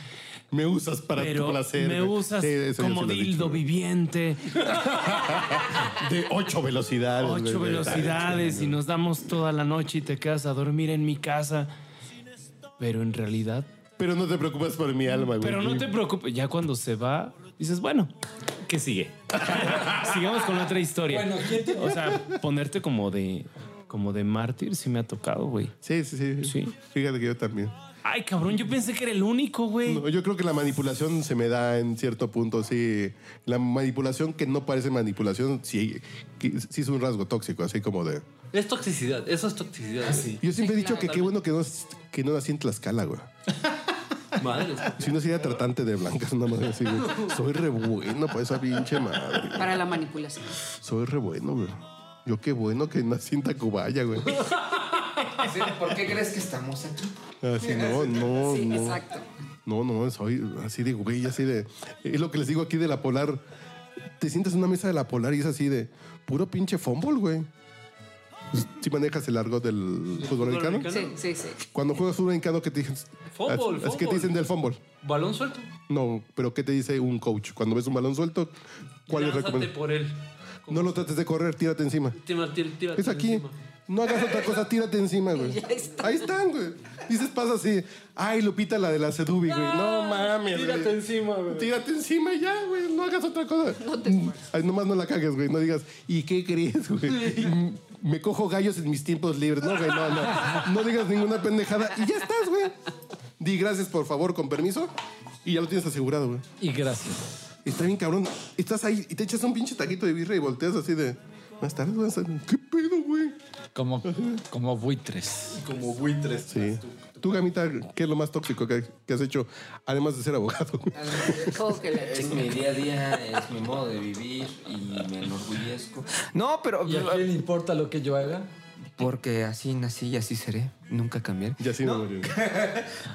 Speaker 3: Me usas para
Speaker 4: pero
Speaker 3: tu placer.
Speaker 4: me
Speaker 3: güey.
Speaker 4: usas
Speaker 3: Sí, eso ya
Speaker 4: como
Speaker 3: se lo he dicho,
Speaker 4: dildo
Speaker 3: güey.
Speaker 4: viviente,
Speaker 3: De ocho velocidades.
Speaker 4: ocho
Speaker 3: güey.
Speaker 4: velocidades y nos damos toda la noche y te quedas a dormir en mi casa. Pero en realidad
Speaker 3: Pero no te preocupas por mi alma, güey.
Speaker 4: Pero no te preocupes, ya cuando se va, dices, bueno, ¿qué sigue? Sigamos con otra historia.
Speaker 9: Bueno, ¿quién te-
Speaker 4: O sea, ponerte como de Como de mártir sí me ha tocado, güey.
Speaker 3: Sí, sí, sí.
Speaker 4: Sí.
Speaker 3: Fíjate que yo también.
Speaker 4: Ay, cabrón, yo pensé que era el único, güey.
Speaker 3: No, yo creo que la manipulación se me da en cierto punto, sí. La manipulación que no parece manipulación, sí, que- sí es un rasgo tóxico, así como de...
Speaker 5: Es toxicidad, eso es toxicidad.
Speaker 4: Ah,
Speaker 5: güey.
Speaker 3: Yo siempre he dicho que qué bueno que no, que no nací en Tlaxcala, güey.
Speaker 5: Madres.
Speaker 3: Si no sería tratante de blancas, una madre así, güey. Soy re bueno para esa pinche madre. güey.
Speaker 2: Para la manipulación.
Speaker 3: Soy re bueno, güey. Yo qué bueno que nací en Tacubaya, güey.
Speaker 6: Sí, ¿Por qué crees que estamos aquí?
Speaker 3: Así, Ah, no, no,
Speaker 2: Sí,
Speaker 3: no.
Speaker 2: exacto.
Speaker 3: No, no, soy así de güey, así de. Es lo que les digo aquí de la polar. Te sientas en una mesa de la polar y es así de puro pinche fumble, güey. Si manejas el largo del fútbol americano.
Speaker 2: Sí, sí, sí.
Speaker 3: Cuando juegas un americano, ¿qué te dicen?
Speaker 5: Fumble,
Speaker 3: Es que te
Speaker 5: fumble.
Speaker 3: dicen del fumble.
Speaker 5: Balón suelto.
Speaker 3: No, pero ¿qué te dice un coach? Cuando ves un balón suelto, ¿cuál es
Speaker 5: Lánzate
Speaker 3: recomendación?
Speaker 5: por él.
Speaker 3: No lo trates de correr, tírate encima.
Speaker 5: Tira- tira- tírate
Speaker 3: Es aquí.
Speaker 5: encima.
Speaker 3: No hagas otra cosa, tírate encima, güey.
Speaker 2: Ya está.
Speaker 3: Ahí están, güey. Dices, pasa así. Ay, Lupita, la de la Sedubi, güey. No mames, Tírate encima, güey. Tírate encima y ya, güey. No hagas otra cosa. No te Ay, nomás no la cagues, güey. No digas, ¿y qué crees, güey? Mm, Me cojo gallos en mis tiempos libres. No, güey, no, no. No digas ninguna pendejada y ya estás, güey. Di gracias, por favor, con permiso. Y ya lo tienes asegurado, güey.
Speaker 9: Y gracias.
Speaker 3: Está bien, cabrón. Estás ahí y te echas un pinche taquito de birra y volteas así de. Buenas tardes, buenas tardes. ¿Qué pedo, güey?
Speaker 9: Como, como buitres.
Speaker 8: Como buitres.
Speaker 3: Sí. Tú, Gamita, ¿qué es lo más tóxico que, que has hecho? Además de ser abogado.
Speaker 2: Oh, que la
Speaker 6: Es
Speaker 2: chingada.
Speaker 6: mi día a día, es mi modo de vivir y me enorgullezco. No, pero
Speaker 9: ¿Y a quién le importa lo que yo haga?
Speaker 6: porque así nací y así seré, nunca cambiaré.
Speaker 3: Ya sí me morí.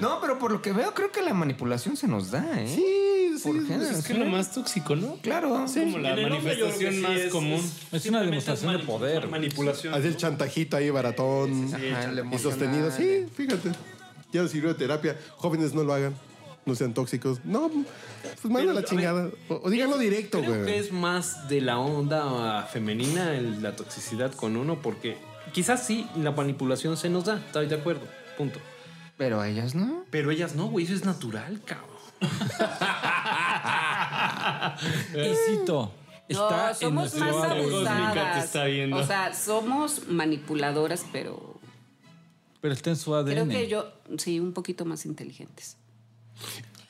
Speaker 6: No, pero por lo que veo creo que la manipulación se nos da, ¿eh?
Speaker 3: Sí, sí.
Speaker 6: por
Speaker 4: Es que es lo más tóxico, ¿no?
Speaker 6: Claro.
Speaker 4: Como la
Speaker 8: En el hombre yo creo
Speaker 4: manifestación
Speaker 8: que sí
Speaker 4: más
Speaker 8: es-
Speaker 4: común.
Speaker 8: es-
Speaker 9: Es una
Speaker 8: simplemente
Speaker 9: demostración de
Speaker 8: manipu-
Speaker 9: poder.
Speaker 8: Manipulación.
Speaker 3: Haz el chantajito ahí baratón y sostenido. Sí, fíjate. Ya nos sirvió de terapia. Jóvenes, no lo hagan. No sean tóxicos. No, pues manda la
Speaker 5: a ver,
Speaker 3: chingada. O, o díganlo directo,
Speaker 5: Creo que
Speaker 3: güey.
Speaker 5: es más de la onda femenina el- la toxicidad con uno, porque quizás sí la manipulación se nos da, estoy de acuerdo, punto.
Speaker 6: Pero a ellas no.
Speaker 5: Pero ellas no, güey, eso es natural, cabrón.
Speaker 9: Isito. Está
Speaker 2: no, somos
Speaker 9: en nuestro
Speaker 2: más
Speaker 9: área
Speaker 2: abusadas.
Speaker 9: cósmica.
Speaker 4: te está viendo.
Speaker 2: O sea, somos manipuladoras, pero
Speaker 9: Pero está en su ADN.
Speaker 2: creo que yo, sí, un poquito más inteligentes.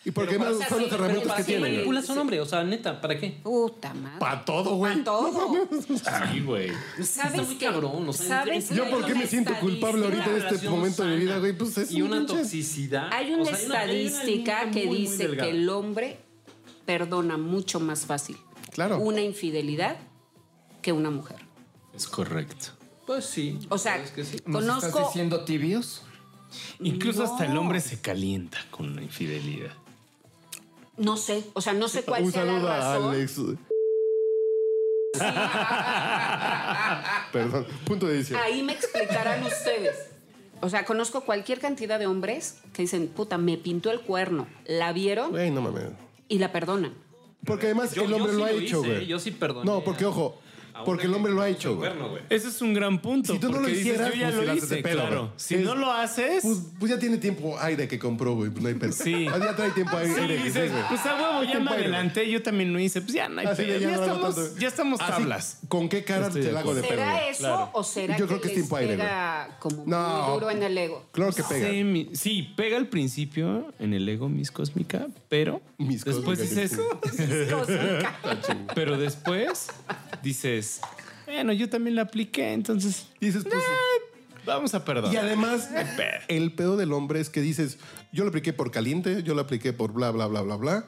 Speaker 3: Y porque
Speaker 2: pero-
Speaker 3: además
Speaker 2: o sea,
Speaker 3: son las
Speaker 2: sí, pero
Speaker 3: herramientas que
Speaker 2: para-
Speaker 3: tienen. güey.
Speaker 5: Manipulas a un hombre, o sea, neta, ¿para qué?
Speaker 2: Puta madre.
Speaker 3: Para todo, güey.
Speaker 2: Pa' todo.
Speaker 4: Sí, güey.
Speaker 2: ¿Sabes
Speaker 5: Está muy
Speaker 2: qué?
Speaker 5: cabrón, o sea,
Speaker 2: ¿Sabes
Speaker 5: es-
Speaker 3: ¿Yo por qué me siento culpable ahorita en este
Speaker 5: relación
Speaker 3: momento de mi vida,
Speaker 5: sana
Speaker 3: güey? Pues es
Speaker 5: y
Speaker 3: un
Speaker 5: una
Speaker 3: pinche-
Speaker 5: toxicidad.
Speaker 2: Hay una
Speaker 5: o sea, hay una
Speaker 2: estadística
Speaker 5: línea
Speaker 2: que
Speaker 5: muy, muy
Speaker 2: dice
Speaker 5: delgada.
Speaker 2: que el hombre perdona mucho más fácil
Speaker 3: Claro.
Speaker 2: una infidelidad que una mujer.
Speaker 4: Es correcto.
Speaker 5: Pues sí.
Speaker 2: O sea,
Speaker 5: es que sí.
Speaker 6: ¿Nos estás
Speaker 2: conozco
Speaker 6: diciendo tibios?
Speaker 4: Incluso hasta el
Speaker 2: No.
Speaker 4: hombre se calienta con la infidelidad.
Speaker 2: No sé, o sea, no sé cuál
Speaker 3: Un
Speaker 2: sea la
Speaker 3: saludo a
Speaker 2: razón.
Speaker 3: Alex. Perdón, punto de edición.
Speaker 2: Ahí me explicarán ustedes. O sea, conozco cualquier cantidad de hombres que dicen, puta, me pintó el cuerno, la vieron
Speaker 3: Güey, no mames.
Speaker 2: y la perdonan.
Speaker 3: Porque además
Speaker 5: Yo-
Speaker 3: el
Speaker 5: yo
Speaker 3: hombre
Speaker 5: sí
Speaker 3: lo ha
Speaker 5: lo
Speaker 3: hecho,
Speaker 5: hice, ¿eh?
Speaker 3: güey.
Speaker 5: yo sí perdoné
Speaker 3: No, porque
Speaker 5: a-
Speaker 3: ojo,
Speaker 5: a un
Speaker 3: porque el
Speaker 5: hombre
Speaker 3: hombre
Speaker 5: que
Speaker 3: lo ha
Speaker 5: me
Speaker 3: hecho, güey.
Speaker 5: cuerno, güey.
Speaker 4: Ese es un gran punto.
Speaker 3: Si tú no lo
Speaker 4: porque dices,
Speaker 3: hicieras,
Speaker 4: yo ya
Speaker 3: pues,
Speaker 4: lo
Speaker 3: si la haces
Speaker 4: hice,
Speaker 3: de pedo,
Speaker 4: claro.
Speaker 3: bro.
Speaker 4: Si
Speaker 3: Es-
Speaker 4: no lo haces,
Speaker 3: Pues, pues ya tiene tiempo aire que compró, güey. No hay pedo.
Speaker 4: Sí.
Speaker 3: Ah, Ya trae tiempo aire.
Speaker 4: Sí,
Speaker 3: aire que
Speaker 4: dices,
Speaker 3: sí, güey.
Speaker 4: pues a huevo, ya me
Speaker 3: Tiempo aire,
Speaker 4: adelanté, yo también lo hice. Pues ya no Ah, hay
Speaker 3: Así ya,
Speaker 4: pedo. Ya,
Speaker 3: no lo hago
Speaker 4: estamos,
Speaker 3: tanto.
Speaker 4: ya estamos
Speaker 3: Así,
Speaker 4: tablas.
Speaker 3: ¿Con qué cara
Speaker 4: Estoy
Speaker 3: te
Speaker 4: de
Speaker 3: la hago de pedo?
Speaker 2: ¿Será
Speaker 3: güey?
Speaker 2: eso o será
Speaker 3: Yo creo
Speaker 2: que,
Speaker 3: que es
Speaker 2: les
Speaker 3: tiempo aire,
Speaker 2: pega como
Speaker 3: No.
Speaker 2: muy duro en el ego?
Speaker 3: Claro que pega.
Speaker 4: Sí, mi- sí, pega al principio en el ego Miss Cósmica, pero
Speaker 3: Miss
Speaker 4: después
Speaker 3: Cósmica,
Speaker 4: dices, pero después dices, bueno, yo también la apliqué, entonces
Speaker 3: Dices, pues.
Speaker 4: vamos a perdonar.
Speaker 3: Y además, el pedo del hombre es que dices, yo lo apliqué por caliente, yo lo apliqué por bla, bla, bla, bla, bla.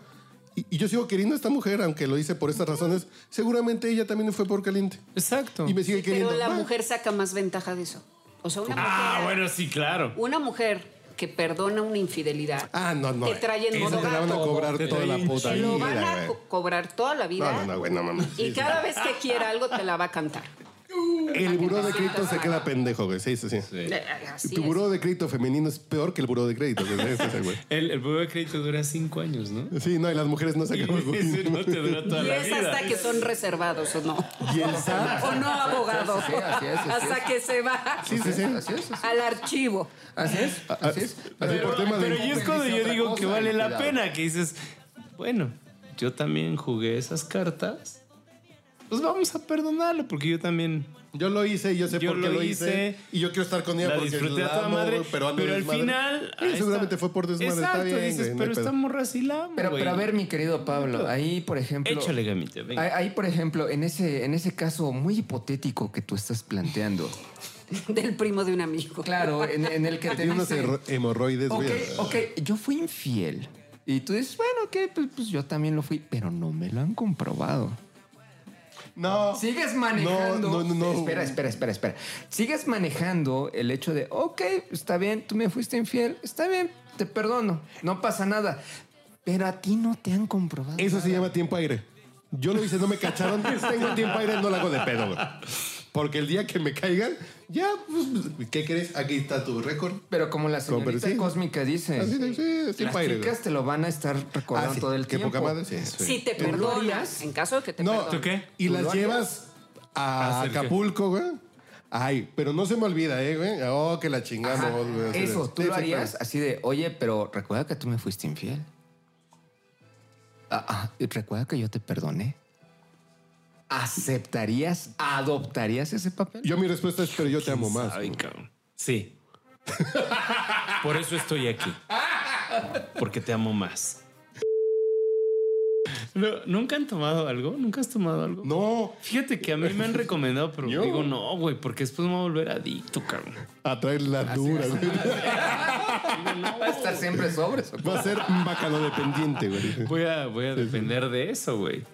Speaker 3: Y, y yo sigo queriendo a esta mujer, aunque lo hice por estas razones. Seguramente ella también fue por caliente.
Speaker 4: Exacto.
Speaker 3: Y me sigue queriendo.
Speaker 2: Pero la
Speaker 3: Va.
Speaker 2: mujer saca más ventaja de eso. O sea, una
Speaker 4: Ah,
Speaker 2: mujer,
Speaker 4: bueno, sí, claro.
Speaker 2: una mujer que perdona una infidelidad
Speaker 3: Ah, no, no.
Speaker 2: te trae en
Speaker 3: Esa
Speaker 2: modo
Speaker 3: te la van a
Speaker 2: gato.
Speaker 3: cobrar
Speaker 4: Te
Speaker 3: toda
Speaker 4: trae
Speaker 3: la
Speaker 4: en
Speaker 3: puta
Speaker 2: Te lo van
Speaker 3: vida,
Speaker 2: a
Speaker 3: güey.
Speaker 2: co- cobrar toda la vida.
Speaker 3: No, no, no, güey, no mames.
Speaker 2: Y cada vez que quiera algo te la va a cantar.
Speaker 3: El buró de crédito se queda pendejo, güey. Sí, sí, sí.
Speaker 2: Eh, Así
Speaker 3: tu
Speaker 2: es.
Speaker 3: buró de crédito femenino es peor que el buró de crédito. güey. Sí, sí, sí, güey.
Speaker 4: El, el buro de crédito dura cinco años, ¿no?
Speaker 3: Sí, no, y las mujeres no sacamos.
Speaker 4: Y ese no te dura toda
Speaker 2: Y
Speaker 4: la
Speaker 2: es
Speaker 4: vida.
Speaker 2: hasta que son reservados o no.
Speaker 3: Y el SAT.
Speaker 2: O no, abogado.
Speaker 6: Así es, así es, así es.
Speaker 2: Hasta que se va
Speaker 3: Sí, sí, sí.
Speaker 6: Así es, Ah, así
Speaker 2: al archivo.
Speaker 6: es. Así es, así es.
Speaker 3: Así por tema
Speaker 4: Pero
Speaker 3: de.
Speaker 4: yo es cuando
Speaker 6: Dice
Speaker 4: yo
Speaker 6: otra
Speaker 4: digo
Speaker 6: cosa,
Speaker 4: que vale la
Speaker 6: cuidado.
Speaker 4: pena, que dices, bueno, yo también jugué esas cartas pues vamos a perdonarlo, porque yo también
Speaker 3: Yo lo hice, yo sé
Speaker 4: Yo
Speaker 3: por qué
Speaker 4: lo
Speaker 3: lo, hice,
Speaker 4: hice.
Speaker 3: Y yo quiero estar con ella
Speaker 4: la
Speaker 3: porque
Speaker 4: disfruté a toda
Speaker 3: amo,
Speaker 4: madre.
Speaker 3: pero
Speaker 4: Pero,
Speaker 3: ando
Speaker 4: al
Speaker 3: desmadre.
Speaker 4: final.
Speaker 3: Sí,
Speaker 4: ahí
Speaker 3: seguramente
Speaker 4: está.
Speaker 3: fue por desmadre.
Speaker 4: Exacto,
Speaker 3: está bien,
Speaker 4: dices,
Speaker 3: güey, no hay
Speaker 4: pero
Speaker 3: pedo.
Speaker 4: esta morra sí la amo,
Speaker 6: Pero,
Speaker 4: güey.
Speaker 6: pero a ver, mi querido Pablo, ahí, por ejemplo.
Speaker 4: Échale, gamita, venga.
Speaker 6: Ahí, ahí, por ejemplo, en ese, en ese caso muy hipotético que tú estás planteando.
Speaker 2: Del primo de un amigo.
Speaker 6: Claro, en, en el que te
Speaker 3: Tiene unas
Speaker 6: dice,
Speaker 3: hemorro- hemorroides,
Speaker 6: Ok,
Speaker 3: güey.
Speaker 6: ok, yo fui infiel. Y tú dices, bueno, ok, pues, pues yo también lo fui, pero no me lo han comprobado.
Speaker 3: No.
Speaker 6: Sigues manejando.
Speaker 3: No, no, no, no.
Speaker 6: Espera, espera, espera, espera. Sigues manejando el hecho de, ok, está bien, tú me fuiste infiel, está bien, te perdono, no pasa nada. Pero a ti no te han comprobado.
Speaker 3: Eso se llama tiempo aire. Yo lo hice, no me cacharon. Tengo tiempo aire, no la hago de pedo, güey. Porque el día que me caigan, ya, pues, ¿qué crees? Aquí está tu récord.
Speaker 6: Pero como la
Speaker 3: Como
Speaker 6: señorita
Speaker 3: perecido.
Speaker 6: cósmica dice,
Speaker 3: Así de, sí,
Speaker 6: las
Speaker 3: tiempo aire. güey.
Speaker 6: chicas te lo van a estar recordando
Speaker 3: Ah, sí,
Speaker 6: todo el
Speaker 3: qué
Speaker 6: tiempo.
Speaker 3: poca madre. Sí, sí.
Speaker 2: Si te
Speaker 6: ¿Tú lo
Speaker 2: perdonas,
Speaker 6: harías?
Speaker 2: en caso de que te
Speaker 3: No,
Speaker 2: perdonen.
Speaker 4: qué?
Speaker 3: Y
Speaker 6: ¿Tú lo
Speaker 3: las
Speaker 6: harías?
Speaker 3: llevas a
Speaker 4: ¿Hacer qué?
Speaker 3: Acapulco, güey. Ay, pero no se me olvida, ¿eh, güey? Oh, que la chingamos,
Speaker 6: Ajá,
Speaker 3: güey. Así de-
Speaker 6: Eso, tú
Speaker 3: Sí,
Speaker 6: lo
Speaker 3: sí,
Speaker 6: harías
Speaker 3: claro.
Speaker 6: así de, oye, pero recuerda que tú me fuiste infiel. Ah, ah, y recuerda que yo te perdoné. ¿Aceptarías, adoptarías ese papel?
Speaker 3: Yo mi respuesta es, pero yo te amo más.
Speaker 4: Ay,
Speaker 3: güey.
Speaker 4: cabrón. Sí. Por eso estoy aquí. Porque te amo más. No, ¿Nunca han tomado algo? ¿Nunca has tomado algo?
Speaker 3: No,
Speaker 4: Fíjate que a mí me han recomendado, pero
Speaker 3: Yo.
Speaker 4: digo no, güey, porque después me voy a volver adicto, cabrón.
Speaker 3: atraer la dura, güey.
Speaker 6: Va a estar siempre sobre eso.
Speaker 3: Va a ser un bacano dependiente, güey.
Speaker 4: Voy a, voy a depender de eso, güey.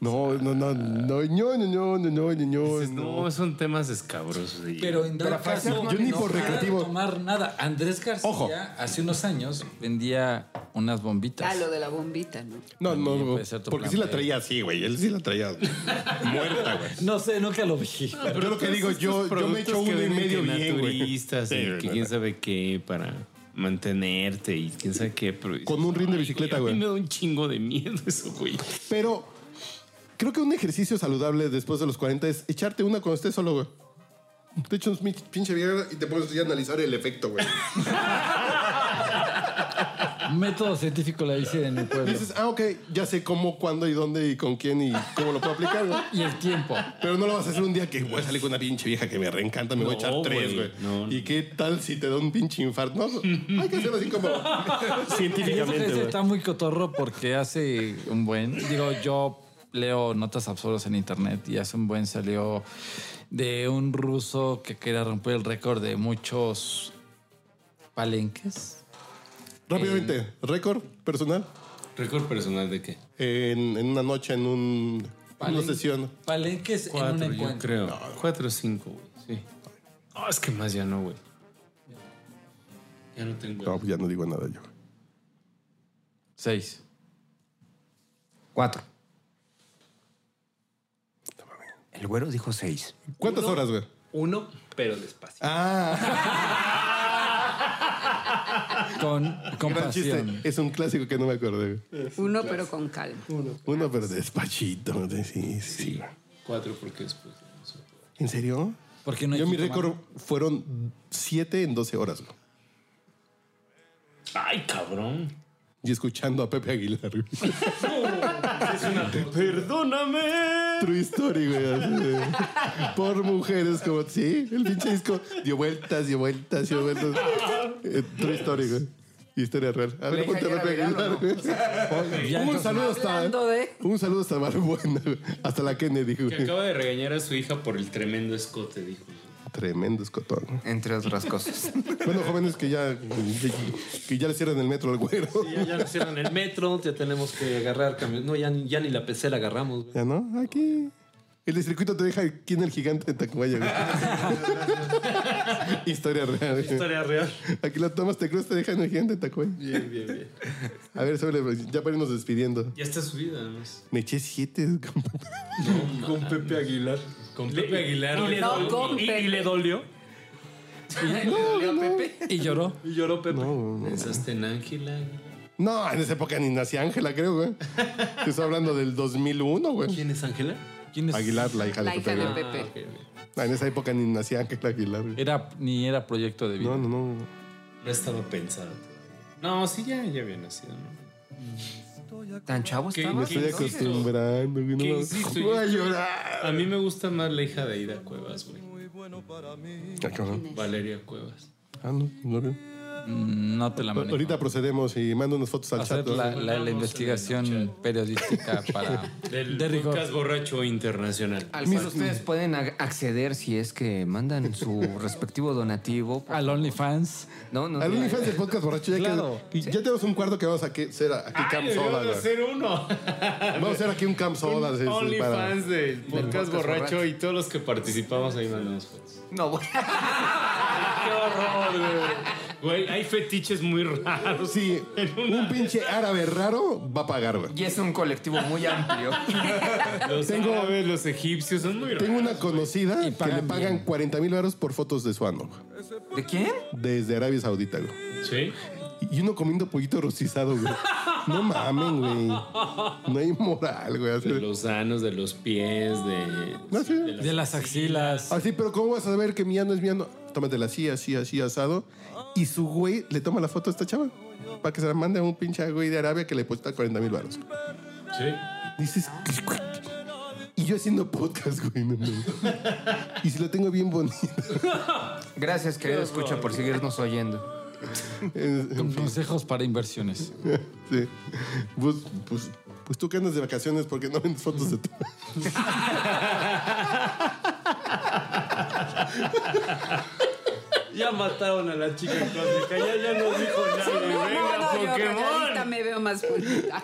Speaker 3: No, no, no, no, no, no, no, no, no, no,
Speaker 4: Dices,
Speaker 3: Pues no.
Speaker 4: no, son temas escabrosos. y-
Speaker 9: Pero en dado
Speaker 3: Rafael,
Speaker 9: caso,
Speaker 3: yo- yo ni por
Speaker 9: para
Speaker 3: recreativo.
Speaker 9: tomar nada. Andrés García
Speaker 3: Ojo.
Speaker 9: hace unos años vendía unas bombitas.
Speaker 2: Ah, lo de la bombita, ¿no?
Speaker 3: No, no,
Speaker 9: También
Speaker 3: no,
Speaker 9: puede ser tu
Speaker 3: porque
Speaker 9: plan
Speaker 3: sí la
Speaker 9: B.
Speaker 3: traía así, güey. Él sí la traía muerta, güey.
Speaker 9: No sé, nunca lo vi.
Speaker 3: Yo lo que
Speaker 4: todos
Speaker 3: digo,
Speaker 4: estos
Speaker 3: yo, yo me
Speaker 4: productos
Speaker 3: echo
Speaker 4: que
Speaker 3: uno y
Speaker 4: venden que
Speaker 3: medio bien, güey.
Speaker 4: naturistas y
Speaker 3: Sí,
Speaker 4: que
Speaker 3: güey,
Speaker 4: quién sabe qué para mantenerte y quién sabe qué. pero dices,
Speaker 3: Con un ring de
Speaker 4: "Ay,
Speaker 3: bicicleta,
Speaker 4: A mí
Speaker 3: güey".
Speaker 4: me da un chingo de miedo eso, güey.
Speaker 3: Pero creo que un ejercicio saludable después de los 40 es echarte una cuando estés solo, güey. Te echas un pinche vieja y te pones ya a analizar el efecto, güey.
Speaker 9: Método científico la hice en el
Speaker 3: Y
Speaker 9: pueblo.
Speaker 3: dices, ah, ok, ya sé cómo, cuándo y dónde y con quién y cómo lo puedo aplicar, güey.
Speaker 9: Y el tiempo.
Speaker 3: Pero no lo vas a hacer un día que voy a salir con una pinche vieja que me reencanta, me voy a
Speaker 4: No,
Speaker 3: echar tres,
Speaker 4: güey,
Speaker 3: güey.
Speaker 4: no, no.
Speaker 3: ¿Y qué tal si te da un pinche infarto? No, hay que hacerlo así como científicamente,
Speaker 9: Ese
Speaker 3: güey.
Speaker 9: está muy cotorro porque hace un buen. Digo, yo leo notas absurdas en internet y hace un buen salió de un ruso que quería romper el récord de muchos palenques.
Speaker 4: Eh.
Speaker 3: Rápidamente, récord personal
Speaker 4: ¿Récord personal de qué?
Speaker 3: en, en una noche, en un, una
Speaker 9: Palen-
Speaker 3: sesión.
Speaker 9: Palenques en un
Speaker 4: Cuatro, yo
Speaker 9: encuentro.
Speaker 4: creo. Cuatro o cinco, güey. Sí. Ah, es que más ya no, güey. Ya no tengo.
Speaker 3: No, pues ya no digo nada yo.
Speaker 9: Seis.
Speaker 6: Cuatro. El güero dijo seis.
Speaker 3: ¿Cuántas horas, güey?
Speaker 5: Uno, pero despacio.
Speaker 9: Con, con
Speaker 3: Gran chiste.
Speaker 9: pasión.
Speaker 3: Es un clásico que no me acuerdo. güey.
Speaker 2: Uno, pero con calma.
Speaker 3: Uno, pero despachito. ¿no? Sí, sí, sí.
Speaker 4: Cuatro porque después.
Speaker 3: ¿En serio?
Speaker 9: Porque no hay
Speaker 3: Yo mi
Speaker 9: quien tomara.
Speaker 3: récord fueron 7 en 12 horas. güey.
Speaker 4: Ay, cabrón.
Speaker 3: Y escuchando a Pepe Aguilar. güey.
Speaker 4: Perdóname.
Speaker 3: True story, güey. así de- Por mujeres, como sí. El pinche disco dio vueltas, dio vueltas, dio vueltas. Eh, True story, güey. Historia real. A ver,
Speaker 6: Pero
Speaker 3: ponte
Speaker 6: hija,
Speaker 3: a
Speaker 6: ¿ya
Speaker 3: Pepe
Speaker 6: era
Speaker 3: Aguilar.
Speaker 6: verano,
Speaker 3: güey.
Speaker 9: Ya
Speaker 3: Un
Speaker 9: entonces-
Speaker 3: saludo hasta.
Speaker 2: Hablando de-
Speaker 3: Un saludo hasta Barbuena, güey. hasta la Kennedy,
Speaker 4: Que
Speaker 3: güey.
Speaker 4: acaba de regañar a su hija por el tremendo escote, dijo.
Speaker 3: Tremendo escotón. güey.
Speaker 6: Entre otras cosas.
Speaker 3: Bueno, jóvenes que ya, que ya le cierran el metro al güero.
Speaker 5: Ya, ya nos cierran el metro, ya tenemos que agarrar camión. No, ya, ni- ya ni la PC la agarramos. güey.
Speaker 3: Ya no, aquí. El de circuito te deja quién es el gigante de Tacubaya, güey. Historia real. güey.
Speaker 5: Historia real.
Speaker 3: Aquí lo tomas, te cruzas, te dejan el gigante de Tacubaya.
Speaker 5: Bien, bien, bien.
Speaker 3: A ver, sobre, ya para irnos despidiendo.
Speaker 4: Ya está subida, ¿no?
Speaker 3: Me eché siete.
Speaker 5: Con Pepe Aguilar.
Speaker 4: Con Pepe Aguilar.
Speaker 2: y le No, dol- con y- y Pepe. le
Speaker 4: dolió.
Speaker 9: Y lloró.
Speaker 5: Y lloró Pepe.
Speaker 4: Pensaste en Ángela.
Speaker 3: No, en esa época ni nací Ángela, creo, güey. Te estoy hablando del 2001, güey.
Speaker 5: ¿Quién es Ángela?
Speaker 9: ¿Quién es?
Speaker 3: Aguilar, la hija de
Speaker 2: La
Speaker 3: Pepe
Speaker 2: hija de
Speaker 3: Aguilar.
Speaker 5: Ah,
Speaker 2: Pepe.
Speaker 5: ok, ok.
Speaker 3: No, en esa época ni nací Ángela Aguilar, güey.
Speaker 9: Era, ni era proyecto de vida.
Speaker 3: No, no, no.
Speaker 4: No estaba pensado. No, sí, ya, ya había nacido, ¿no?
Speaker 7: Estoy
Speaker 6: ¿Tan chavo
Speaker 4: ¿Qué-
Speaker 6: estabas?
Speaker 4: qué-
Speaker 3: Estoy
Speaker 4: Insisto.
Speaker 3: acostumbrando, güey.
Speaker 4: ¿Qué
Speaker 3: No
Speaker 4: insisto?
Speaker 3: mames. Voy a llorar.
Speaker 4: A mí me gusta más la hija de Ida Cuevas, güey.
Speaker 3: Ah, cabrón.
Speaker 4: Valeria Cuevas.
Speaker 3: Ah, no, no veo.
Speaker 9: Mm, No te la manejo.
Speaker 3: Ahorita procedemos y mando unas fotos al
Speaker 9: Hacer
Speaker 3: chat.
Speaker 9: la, la- la
Speaker 4: Volvamos en el
Speaker 9: investigación periodística para...
Speaker 4: Del
Speaker 9: de rigor.
Speaker 4: podcast borracho internacional.
Speaker 6: Al cual ustedes pueden ag- acceder si es que mandan su respectivo donativo.
Speaker 9: Al OnlyFans.
Speaker 6: No, no.
Speaker 3: Al
Speaker 6: no.
Speaker 3: OnlyFans del podcast borracho ya
Speaker 9: Claro.
Speaker 3: que, y ya tenemos un cuarto que vamos a que, hacer aquí Camp Soda.
Speaker 4: Vamos a
Speaker 3: güey.
Speaker 4: hacer uno.
Speaker 3: Vamos a hacer aquí un Camp Soda. sí, sí, para-
Speaker 4: OnlyFans del podcast
Speaker 6: podcast
Speaker 4: borracho
Speaker 6: borracho.
Speaker 4: y todos los que participamos ahí mandamos fotos.
Speaker 6: No, bueno.
Speaker 4: ¡Qué horror, güey! Güey, hay fetiches muy raros.
Speaker 3: Sí, un pinche árabe raro va a pagar, güey.
Speaker 6: Y es un colectivo muy amplio.
Speaker 4: Los
Speaker 3: Tengo-
Speaker 4: árabes, los egipcios, son muy raros.
Speaker 3: Tengo una conocida
Speaker 9: Y
Speaker 3: que
Speaker 9: pagan
Speaker 3: le pagan
Speaker 9: bien.
Speaker 3: 40 mil baros por fotos de su ano, güey.
Speaker 6: ¿De quién?
Speaker 3: Desde Arabia Saudita, güey.
Speaker 4: ¿Sí?
Speaker 3: Y uno comiendo pollito rostizado, güey. No mamen, güey. No hay moral, güey. Así,
Speaker 4: De
Speaker 3: de-
Speaker 4: los anos, de los pies, de...
Speaker 3: No, sí.
Speaker 4: de las-
Speaker 9: De las axilas.
Speaker 3: Así, pero ¿cómo vas a saber que mi ano es mi ano? Tómatela así, así, así, asado. Y su güey le toma la foto a esta chava para que se la mande a un pinche güey de Arabia que le deposita 40 mil baros.
Speaker 4: Sí.
Speaker 3: Dices... Y yo haciendo podcast, güey. no mames. Y si lo tengo bien bonito.
Speaker 6: Gracias, querido escucha, por seguirnos oyendo.
Speaker 3: Es-
Speaker 9: Consejos para inversiones.
Speaker 3: Sí. Pues, pues, pues tú que andas de vacaciones porque no vendes fotos de tu.
Speaker 8: Ya mataron a la chica cósmica, ya, ya no dijo nadie.
Speaker 2: No,
Speaker 8: Venga,
Speaker 2: no, yo
Speaker 8: Pokémon.
Speaker 2: calladita me veo más bonita.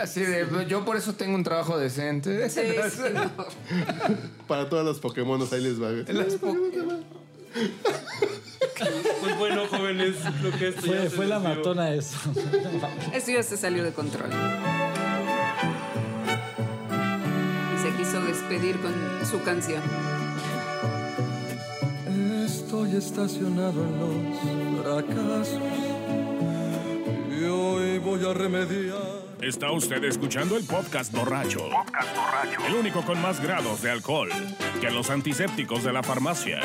Speaker 6: Así de, yo por eso tengo un trabajo decente.
Speaker 2: Sí, sí, no.
Speaker 3: Para todas las Pokémonos, ahí les va. güey.
Speaker 8: Pues bueno, jóvenes, lo que esto ya
Speaker 9: Fue,
Speaker 8: se
Speaker 9: fue la
Speaker 8: desvió.
Speaker 9: matona eso.
Speaker 2: Eso ya se salió de control. Y se quiso despedir con su canción.
Speaker 7: Estoy estacionado en los fracasos y hoy voy a remediar.
Speaker 10: Está usted escuchando el podcast borracho. El único con más grados de alcohol que los antisépticos de la farmacia.